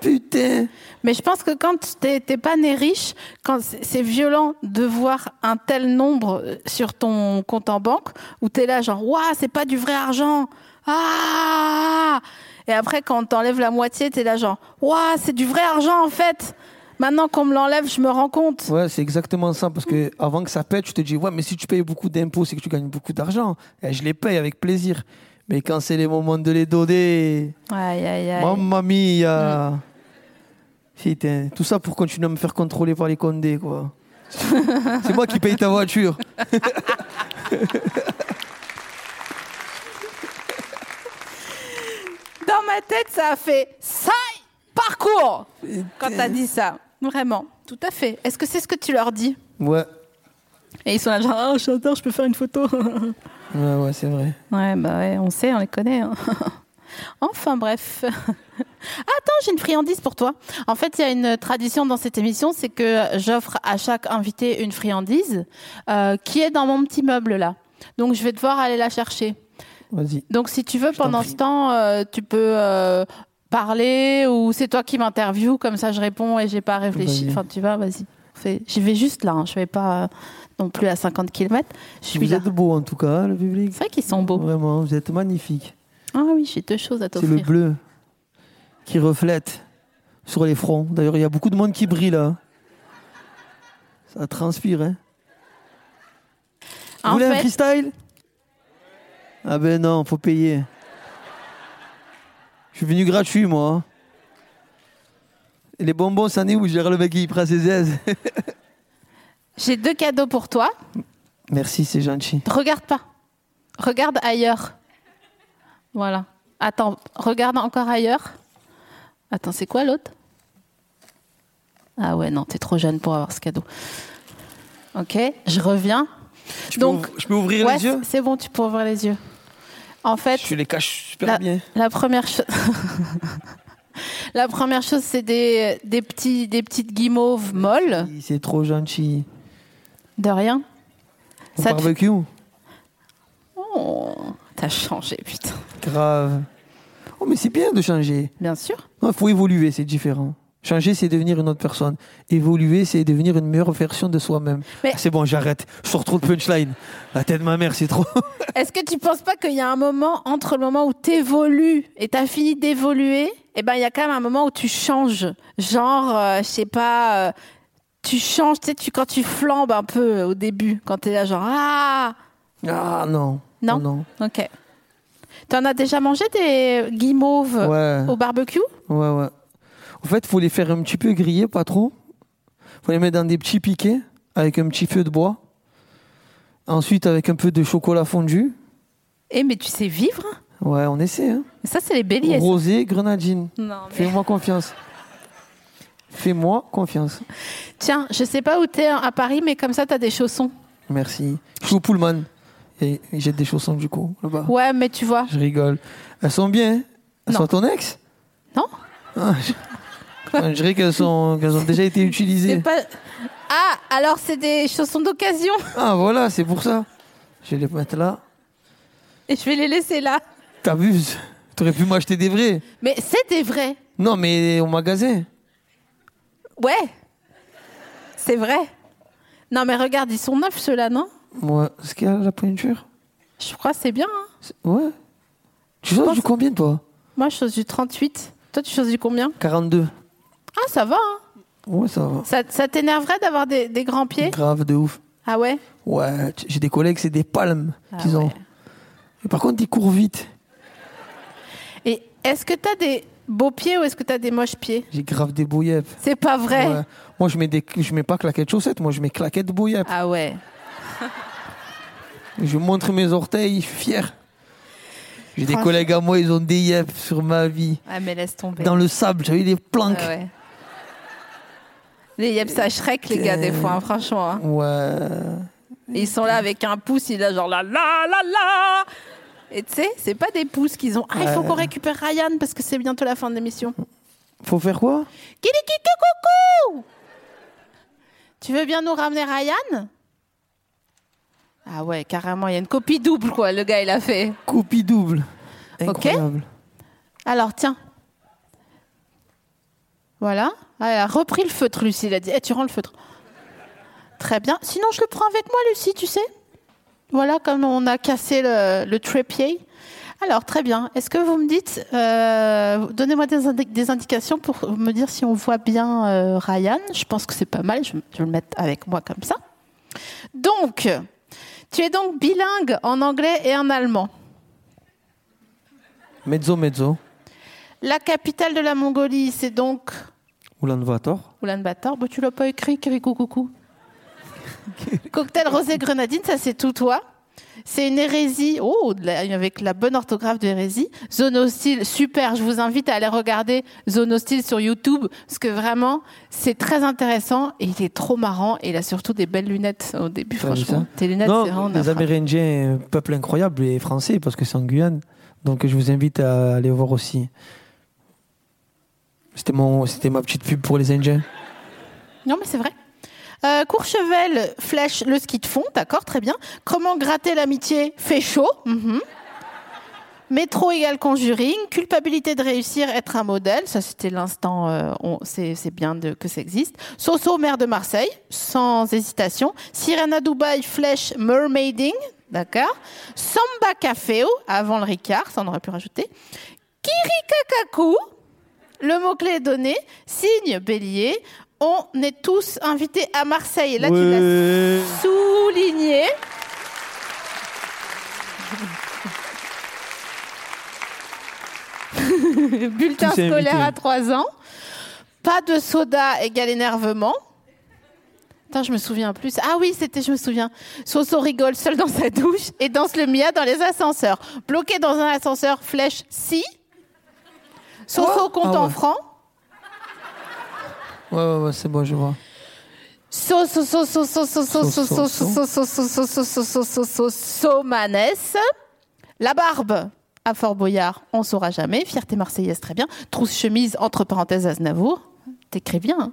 Putain.
Mais je pense que quand t'es t'es pas né riche, quand c'est c'est violent de voir un tel nombre euh, sur ton compte en banque, où t'es là genre waouh c'est pas du vrai argent, ah et après quand t'enlèves la moitié t'es là genre waouh c'est du vrai argent en fait. Maintenant qu'on me l'enlève je me rends compte.
Ouais, c'est exactement ça. Parce
Mm.
que avant que ça pète, tu te dis, ouais, mais si tu payes beaucoup d'impôts, c'est que tu gagnes beaucoup d'argent. Et je les paye avec plaisir. Mais quand c'est les moments de les donner,
Aïe aïe aïe.
mamma mia.
Mm.
Putain, tout ça pour continuer à me faire contrôler par les condés, quoi. c'est moi qui paye ta voiture.
Dans ma tête ça a fait ça parcours quand t'as dit ça. Vraiment, tout à fait. Est-ce que c'est ce que tu leur dis
Ouais,
Et ils sont là genre ah chanteur je peux faire une photo.
ouais, ouais, c'est vrai.
Ouais, bah ouais, on sait, on les connaît. hein. enfin, bref. Attends, j'ai une friandise pour toi. En fait, il y a une tradition dans cette émission, c'est que j'offre à chaque invité une friandise euh, qui est dans mon petit meuble là. Donc, je vais devoir aller la chercher.
Vas-y.
Donc, si tu veux, pendant
prie.
ce temps, euh, tu peux euh, parler ou c'est toi qui m'interviews, comme ça je réponds et j'ai pas réfléchi.
Bah, Vas-y.
Enfin, tu vas, vas-y. Fais- J'y vais juste là, hein. je vais pas euh, non plus à 50 km. Je suis
Vous
là.
êtes beau en tout cas, le public.
C'est vrai qu'ils sont beaux.
Vraiment, vous êtes magnifique.
Ah oui, j'ai deux choses à
C'est le
t'offrir.
bleu qui reflète sur les fronts. D'ailleurs, il y a beaucoup de monde qui brille là. Ça transpire, hein. Vous
En
voulez un
fait-
freestyle Ah ben non, faut payer. Je suis venu gratuit, moi. Et les bonbons, ça n'est où Gérard le mec qui prend ses aises.
J'ai deux cadeaux pour toi.
Merci, c'est gentil.
Regarde pas. Regarde ailleurs. Voilà. Attends, regarde encore ailleurs. Attends, c'est quoi l'autre Ah ouais, non, t'es trop jeune pour avoir ce cadeau. Ok, je reviens.
Je peux,
Donc,
ouv- je peux ouvrir
ouais,
les yeux
c'est- c'est bon, tu peux ouvrir les yeux. En fait,
Je les cache super
la,
bien.
la première chose, la première chose, c'est des, des petits, des petites guimauves molles,
Oui, C'est trop gentil.
de rien.
Au
Ça te-
barbecue
Oh, t'as changé, putain.
Grave. Oh, mais c'est bien de changer.
Bien sûr.
Il faut évoluer, c'est différent. Changer, c'est devenir une autre personne. Évoluer, c'est devenir une meilleure version de soi-même.
Mais-
Ah, c'est bon, j'arrête. Je sors trop de punchline. La tête de ma mère, c'est trop.
Est-ce que tu penses pas qu'il y a un moment entre le moment où t'évolues et t'as fini d'évoluer, et ben il y a quand même un moment où tu changes, genre euh, je sais pas, euh, tu changes, tu sais, tu quand tu flambes un peu euh, au début, quand t'es là genre ah
Ah non.
non,
Oh, non.
ok. T'en as déjà mangé des guimauves
Ouais.
au barbecue
Euh, oh. Ouais, ouais. En fait, faut les faire un petit peu griller, pas trop. faut les mettre dans des petits piquets avec un petit feu de bois. Ensuite, avec un peu de chocolat fondu.
Eh mais tu sais vivre
Ouais, on essaie. Hein.
Ça c'est les béliers. ça.
Rosé, grenadine.
Non, mais-
Fais-moi confiance. Fais-moi confiance.
Tiens, je sais pas où t'es à Paris, mais comme ça t'as des chaussons.
Merci. Je suis au Pullman. Et et j'ai des chaussons du coup, là-bas.
Ouais, mais tu vois,
Je rigole. Elles sont bien. hein Elles
Non.
sont à ton ex
non
Ah, Je je dirais qu'elles sont- qu'elles ont déjà été
C'est
utilisées.
pas. Ah, alors c'est des chaussons d'occasion.
Ah voilà, c'est pour ça. Je vais les mettre là.
Et je vais les laisser là.
T'abuses. T'aurais pu m'acheter des vrais.
Mais c'était vrai.
Non, mais au magasin.
Ouais. C'est vrai. Non, mais regarde, ils sont neufs ceux-là, non
Moi, ce qu'il y a la pointure
Je crois que c'est bien. hein.
C'est- Ouais. Tu sors
pense-
du combien, toi
Moi, je chose du 38. Toi, tu choses du combien
42.
Ah, ça va. hein.
Ouais, ça va.
Ça, ça t'énerverait d'avoir des, des grands pieds
Grave de ouf.
Ah ouais
Ouais, t- j'ai des collègues, c'est des palmes
Ah
qu'ils ont.
ouais.
Et par contre, ils courent vite.
Et est-ce que t'as des beaux pieds ou est-ce que t'as des moches pieds
J'ai grave des bouillettes.
C'est pas vrai.
Ouais. Moi, je mets des, je mets pas claquettes chaussettes, moi, je mets claquettes bouillettes.
Ah ouais.
Je montre mes orteils, je suis fier. J'ai des
Franchement.
collègues à moi, ils ont des yep sur ma vie.
Ah, mais laisse tomber.
Dans le sable, j'avais des planques.
Ah ouais. Les yep, ça Shrek, les gars, des
Euh.
fois, hein, franchement. hein.
Ouais.
Et ils sont là avec un pouce, il a genre la la la la. Et tu sais, c'est pas des pouces qu'ils ont. Ah, il faut qu'on récupère Ryan parce que c'est bientôt la fin de l'émission.
Faut faire quoi
Kilikiki coucou Tu veux bien nous ramener Ryan Ah ouais, carrément, il y a une copie double quoi, le gars il a fait.
Copie double. Incroyable.
Alors tiens. Voilà. Ah, elle a repris le feutre, Lucie. Elle a dit Eh, Tu rends le feutre. Très bien. Sinon, je le prends avec moi, Lucie, tu sais. Voilà, comme on a cassé le, le trépied. Alors, très bien. Est-ce que vous me dites euh, Donnez-moi des, indi- des indications pour me dire si on voit bien euh, Ryan. Je pense que c'est pas mal. Je, je vais le mettre avec moi comme ça. Donc, tu es donc bilingue en anglais et en allemand.
Mezzo, mezzo.
La capitale de la Mongolie, c'est donc
Oulan Vator.
Oulan-Bator, bah, tu l'as pas écrit, Kirikou Coucou. Cocktail rosé grenadine, ça c'est tout toi. C'est une hérésie, oh, de la- avec la bonne orthographe de hérésie. Zone hostile, super, je vous invite à aller regarder Zone hostile sur YouTube, parce que vraiment, c'est très intéressant et il est trop marrant. Et il a surtout des belles lunettes au début,
T'as vu
franchement.
ça
Tes lunettes,
Non,
c'est vraiment... de la
les
frappe.
Amérindiens, euh, peuple incroyable, et français, parce que c'est en Guyane. Donc je vous invite à aller voir aussi. C'était mon, c'était ma petite pub pour les Indiens.
Non, mais c'est vrai. Euh, Courchevel, flèche, le ski de fond, d'accord, très bien. Comment gratter l'amitié fait chaud. mhm. Métro égale conjuring, culpabilité de réussir, être un modèle, ça c'était l'instant, euh, on- c'est c'est bien de, que ça existe. Soso, maire de Marseille, sans hésitation. Sirena Dubaï, flèche, mermaiding, d'accord. Samba Caféo, avant le Ricard, ça on aurait pu rajouter. Kirikakaku, le mot-clé est donné. Signe bélier. On est tous invités à Marseille. Là, tu
Ouais.
l'as souligné. Bulletin
Tous
scolaire
invités.
à 3 ans. Pas de soda égale énervement. Putain, je me souviens plus. Ah oui, c'était, je me souviens. Soso rigole seul dans sa douche et danse le Mia dans les ascenseurs. Bloqué dans un ascenseur, flèche si. Soso
Oh.
compte
Ah ouais.
en francs.
Ouais, ouais, ouais, c'est bon, je vois.
So, so, so, so, so, so, so, so,
So,
so,
so,
so, so, so, so, so, so, so, so, so, so, manès. La barbe à Fort Boyard, on saura jamais. Fierté marseillaise, très bien. Trousse chemise, entre parenthèses, Aznavour. T'écris bien. hein.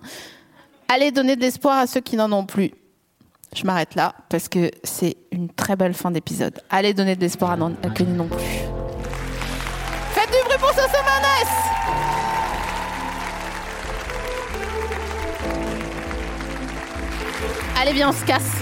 Allez donner de l'espoir à ceux qui n'en ont plus. Je m'arrête là parce que c'est une très belle fin d'épisode. Allez donner de l'espoir à, n'en- à qui n'en ont plus. Faites du bruit pour Soso Manès! Allez, viens, on se casse.